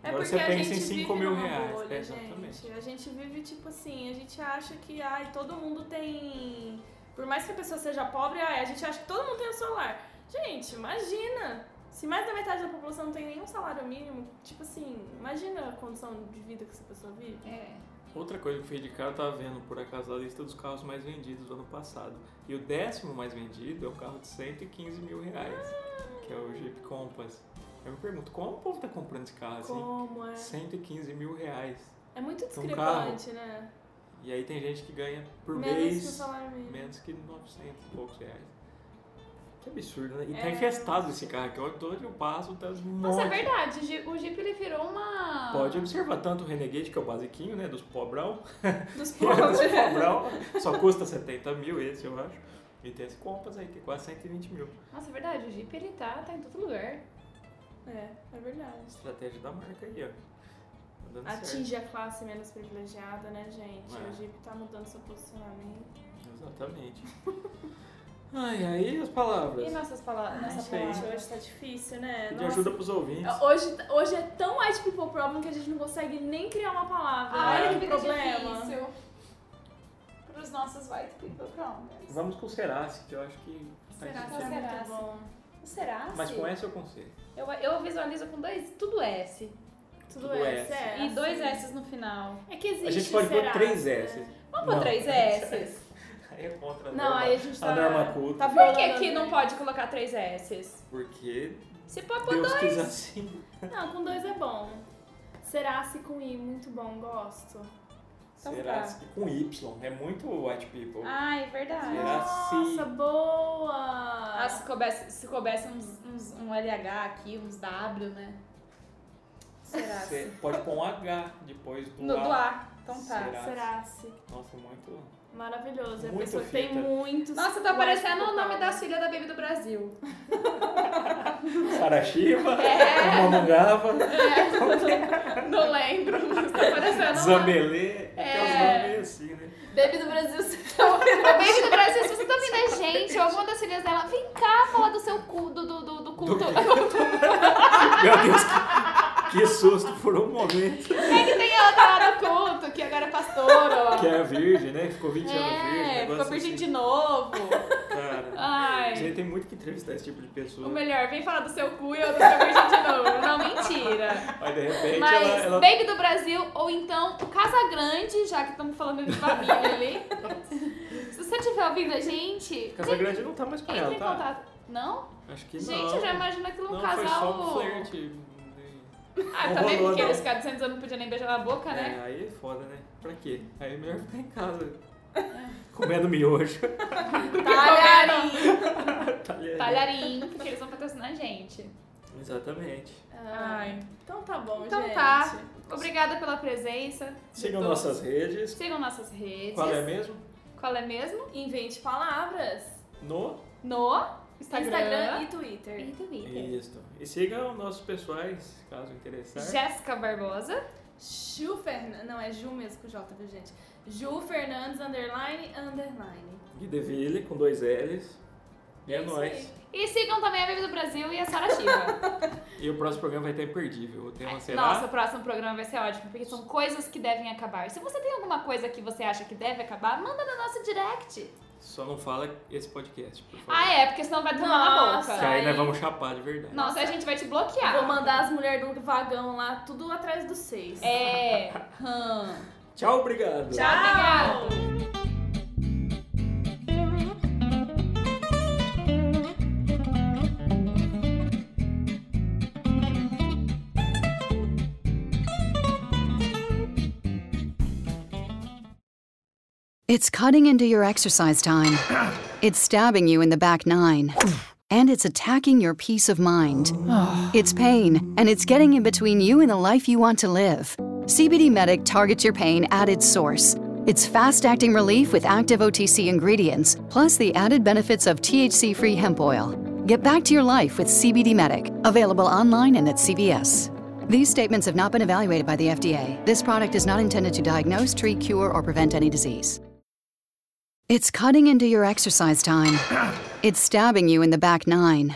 [SPEAKER 3] É
[SPEAKER 1] Agora
[SPEAKER 3] porque
[SPEAKER 1] você
[SPEAKER 3] a
[SPEAKER 1] pensa em
[SPEAKER 3] gente
[SPEAKER 1] 5
[SPEAKER 3] vive
[SPEAKER 1] mil
[SPEAKER 3] numa
[SPEAKER 1] reais.
[SPEAKER 3] Bolha,
[SPEAKER 1] É, exatamente.
[SPEAKER 3] Gente. A gente vive tipo assim, a gente acha que ai, todo mundo tem. Por mais que a pessoa seja pobre, ai, a gente acha que todo mundo tem o celular. Gente, imagina! Se mais da metade da população não tem nenhum salário mínimo, tipo assim, imagina a condição de vida que essa pessoa vive.
[SPEAKER 2] É.
[SPEAKER 1] Outra coisa que eu fiz de cara, eu tava vendo por acaso a lista dos carros mais vendidos do ano passado. E o décimo mais vendido é o carro de 115 mil reais, que é o Jeep Compass. Eu me pergunto, como o povo tá comprando esse carro assim?
[SPEAKER 3] Como é?
[SPEAKER 1] 115 mil reais.
[SPEAKER 3] É muito
[SPEAKER 1] carro.
[SPEAKER 3] discrepante, né?
[SPEAKER 1] E aí tem gente que ganha por
[SPEAKER 3] Menos que o
[SPEAKER 1] mês
[SPEAKER 3] salário mínimo.
[SPEAKER 1] menos que 900 e poucos reais. Que absurdo, né? E tá
[SPEAKER 3] É.
[SPEAKER 1] infestado esse carro aqui. Olha, onde eu passo, tá um
[SPEAKER 2] Nossa, é
[SPEAKER 1] monte.
[SPEAKER 2] verdade. o Jeep- O Jeep ele virou uma.
[SPEAKER 1] Pode observar tanto o Renegade, que é o basiquinho, né? Dos pobrão.
[SPEAKER 3] Dos
[SPEAKER 1] que é dos
[SPEAKER 3] pobres.
[SPEAKER 1] pobrão. Só custa 70 mil esse, eu acho. E tem esse Compass aí, que é quase 120 mil.
[SPEAKER 2] Nossa, é verdade. O Jeep ele tá, tá em todo lugar.
[SPEAKER 3] É, é verdade.
[SPEAKER 1] Estratégia da marca aí, ó. Tá dando certo.
[SPEAKER 3] Atinge a classe menos privilegiada, né, gente?
[SPEAKER 1] É.
[SPEAKER 3] O Jeep tá mudando seu posicionamento.
[SPEAKER 1] Exatamente. Ai, aí as palavras.
[SPEAKER 2] E nossas palavras?
[SPEAKER 1] Não
[SPEAKER 2] Nossa
[SPEAKER 1] sei.
[SPEAKER 3] Gente,
[SPEAKER 2] palavra.
[SPEAKER 3] hoje tá difícil, né?
[SPEAKER 1] é. Ah, Pedir
[SPEAKER 3] Nossa.
[SPEAKER 1] ajuda pros ouvintes.
[SPEAKER 3] Hoje, hoje é tão white people problem que a gente não consegue nem criar uma palavra.
[SPEAKER 2] Ah,
[SPEAKER 1] é
[SPEAKER 3] Olha
[SPEAKER 1] um
[SPEAKER 2] olha
[SPEAKER 3] que problema.
[SPEAKER 2] difícil. Para os nossos white people problems.
[SPEAKER 1] Vamos com o Serassi, que eu acho que tá
[SPEAKER 3] Será que
[SPEAKER 1] difícil.
[SPEAKER 2] Será?
[SPEAKER 3] é muito bom?
[SPEAKER 2] Será?
[SPEAKER 1] Mas com S eu consigo.
[SPEAKER 2] Eu, eu visualizo com dois, tudo S.
[SPEAKER 3] Tudo
[SPEAKER 1] Tudo
[SPEAKER 3] é,
[SPEAKER 1] S.
[SPEAKER 3] é.
[SPEAKER 2] e dois
[SPEAKER 3] assim.
[SPEAKER 2] S no final.
[SPEAKER 3] É que existe
[SPEAKER 1] A gente pode pôr
[SPEAKER 3] será,
[SPEAKER 1] três
[SPEAKER 3] né?
[SPEAKER 1] S.
[SPEAKER 2] Vamos pôr
[SPEAKER 1] Não.
[SPEAKER 2] três S.
[SPEAKER 1] Aí é contra a
[SPEAKER 3] Não,
[SPEAKER 1] norma.
[SPEAKER 3] aí a gente tá.
[SPEAKER 1] A norma culta.
[SPEAKER 2] Por
[SPEAKER 3] tá
[SPEAKER 2] que
[SPEAKER 3] violando
[SPEAKER 2] aqui
[SPEAKER 3] a
[SPEAKER 2] não
[SPEAKER 3] lei.
[SPEAKER 2] pode colocar três S?
[SPEAKER 1] Porque
[SPEAKER 2] Se pode pôr
[SPEAKER 1] Deus
[SPEAKER 2] dois.
[SPEAKER 1] quis assim.
[SPEAKER 3] Não, com dois é bom. Será se com I, muito bom, gosto.
[SPEAKER 2] Então
[SPEAKER 1] Será
[SPEAKER 2] tá.
[SPEAKER 1] se com Y. É muito white people.
[SPEAKER 2] Ai, é verdade.
[SPEAKER 1] Será? se-
[SPEAKER 3] Ah, Nossa, boa!
[SPEAKER 2] Ah, se coubesse, se coubesse uns, uns- um LH aqui, uns W, né? Será?
[SPEAKER 1] Você pode pôr um H depois do
[SPEAKER 2] No
[SPEAKER 1] A.
[SPEAKER 2] do A. Então tá.
[SPEAKER 1] Será?
[SPEAKER 3] Será se.
[SPEAKER 1] Nossa, é muito.
[SPEAKER 3] Maravilhoso. É a
[SPEAKER 1] Muito
[SPEAKER 3] pessoa que
[SPEAKER 1] fita.
[SPEAKER 3] tem muitos.
[SPEAKER 2] Nossa, tá parecendo o nome
[SPEAKER 3] da
[SPEAKER 2] das filhas da Baby do Brasil.
[SPEAKER 1] Sarashiva,
[SPEAKER 2] É.
[SPEAKER 1] Mamangava,
[SPEAKER 2] Não lembro, mas tá parecendo.
[SPEAKER 1] Zambelê. Até os
[SPEAKER 2] É.
[SPEAKER 1] nomes meio assim, né?
[SPEAKER 3] Baby do Brasil, você tá ouvindo?
[SPEAKER 2] A Baby do Brasil, se você tá ouvindo a gente, ou alguma das filhas dela, vem cá falar do seu cu, do, do, do, do culto.
[SPEAKER 1] Meu Deus, que, que susto por um momento.
[SPEAKER 2] É que tem outra lá do culto, que agora é pastora.
[SPEAKER 1] Que é virgem, né? Ficou 20 anos virgem.
[SPEAKER 2] É, ficou
[SPEAKER 1] negócio
[SPEAKER 2] virgem de
[SPEAKER 1] assim.
[SPEAKER 2] novo.
[SPEAKER 1] Cara,
[SPEAKER 2] Ai.
[SPEAKER 1] a gente tem muito que entrevistar esse tipo de pessoa.
[SPEAKER 2] O melhor, vem falar do seu cu e eu tô virgem de novo. Não, mentira.
[SPEAKER 1] Mas de repente
[SPEAKER 2] Mas
[SPEAKER 1] ela- ela
[SPEAKER 2] Baby do Brasil, ou então o Casa Grande, já que estamos falando de família ali. Se você tiver ouvindo a gente,
[SPEAKER 1] Casa Grande não tá mais com
[SPEAKER 2] entra
[SPEAKER 1] ela,
[SPEAKER 2] em
[SPEAKER 1] tá?
[SPEAKER 2] contato. Não?
[SPEAKER 1] Acho que
[SPEAKER 2] gente,
[SPEAKER 1] não.
[SPEAKER 2] eu já imagino aquilo um
[SPEAKER 1] Não, foi
[SPEAKER 2] casal.
[SPEAKER 1] só um flerte.
[SPEAKER 2] Ah,
[SPEAKER 1] Não
[SPEAKER 2] também
[SPEAKER 1] rolou,
[SPEAKER 2] porque
[SPEAKER 1] não.
[SPEAKER 2] eles ficaram 200 anos não podia nem beijar na boca, né?
[SPEAKER 1] É, aí é foda, né? Pra quê? Aí é melhor ficar em casa. Comendo miojo.
[SPEAKER 2] Talharim!
[SPEAKER 1] Talher.
[SPEAKER 2] um. Talharim, porque eles vão patrocinar a gente.
[SPEAKER 1] Exatamente.
[SPEAKER 2] Ai.
[SPEAKER 3] Então tá bom,
[SPEAKER 2] Então
[SPEAKER 3] gente.
[SPEAKER 2] tá. Obrigada pela presença. de
[SPEAKER 1] Sigam
[SPEAKER 2] todos.
[SPEAKER 1] nossas redes.
[SPEAKER 2] Sigam nossas redes.
[SPEAKER 1] Qual é mesmo?
[SPEAKER 2] Qual é mesmo?
[SPEAKER 3] Invente palavras.
[SPEAKER 1] No.
[SPEAKER 2] No Instagram,
[SPEAKER 3] Instagram e Twitter.
[SPEAKER 2] e Twitter.
[SPEAKER 1] Isso. E sigam nossos pessoais, caso interessar.
[SPEAKER 2] Jéssica Barbosa.
[SPEAKER 3] Ju Fernandes. Não, é Ju mesmo com J, viu, gente? Ju Fernandes, underline, underline.
[SPEAKER 1] Gui Deville, com dois L's. E é
[SPEAKER 3] isso
[SPEAKER 1] nóis.
[SPEAKER 2] E sigam também a Baby do Brasil e a Sara Shiva.
[SPEAKER 1] E o próximo programa vai estar imperdível. O tema será.
[SPEAKER 2] Nossa, o próximo programa vai ser ótimo, porque são coisas que devem acabar. Se você tem alguma coisa que você acha que deve acabar, manda no nosso direct.
[SPEAKER 1] Só não fala esse podcast, por favor.
[SPEAKER 2] Ah, é, porque senão vai tomar
[SPEAKER 3] Nossa.
[SPEAKER 2] na
[SPEAKER 1] Que
[SPEAKER 2] boca.
[SPEAKER 1] aí nós
[SPEAKER 3] aí-
[SPEAKER 1] vamos chapar de verdade.
[SPEAKER 2] Nossa, a gente vai te bloquear.
[SPEAKER 3] Vou mandar as mulheres do vagão lá, tudo atrás dos seis. Tá
[SPEAKER 2] É. Ah. hum.
[SPEAKER 1] Tchau, obrigado.
[SPEAKER 3] Tchau.
[SPEAKER 2] Obrigada.
[SPEAKER 4] It's cutting into your exercise time. It's stabbing you in the back nine. And it's attacking your peace of mind. It's pain, and it's getting in between you and the life you want to live. CBD Medic targets your pain at its source. It's fast acting relief with active OTC ingredients, plus the added benefits of THC free hemp oil. Get back to your life with CBD Medic, available online and at CVS. These statements have not been evaluated by the FDA. This product is not intended to diagnose, treat, cure, or prevent any disease. It's cutting into your exercise time. It's stabbing you in the back nine.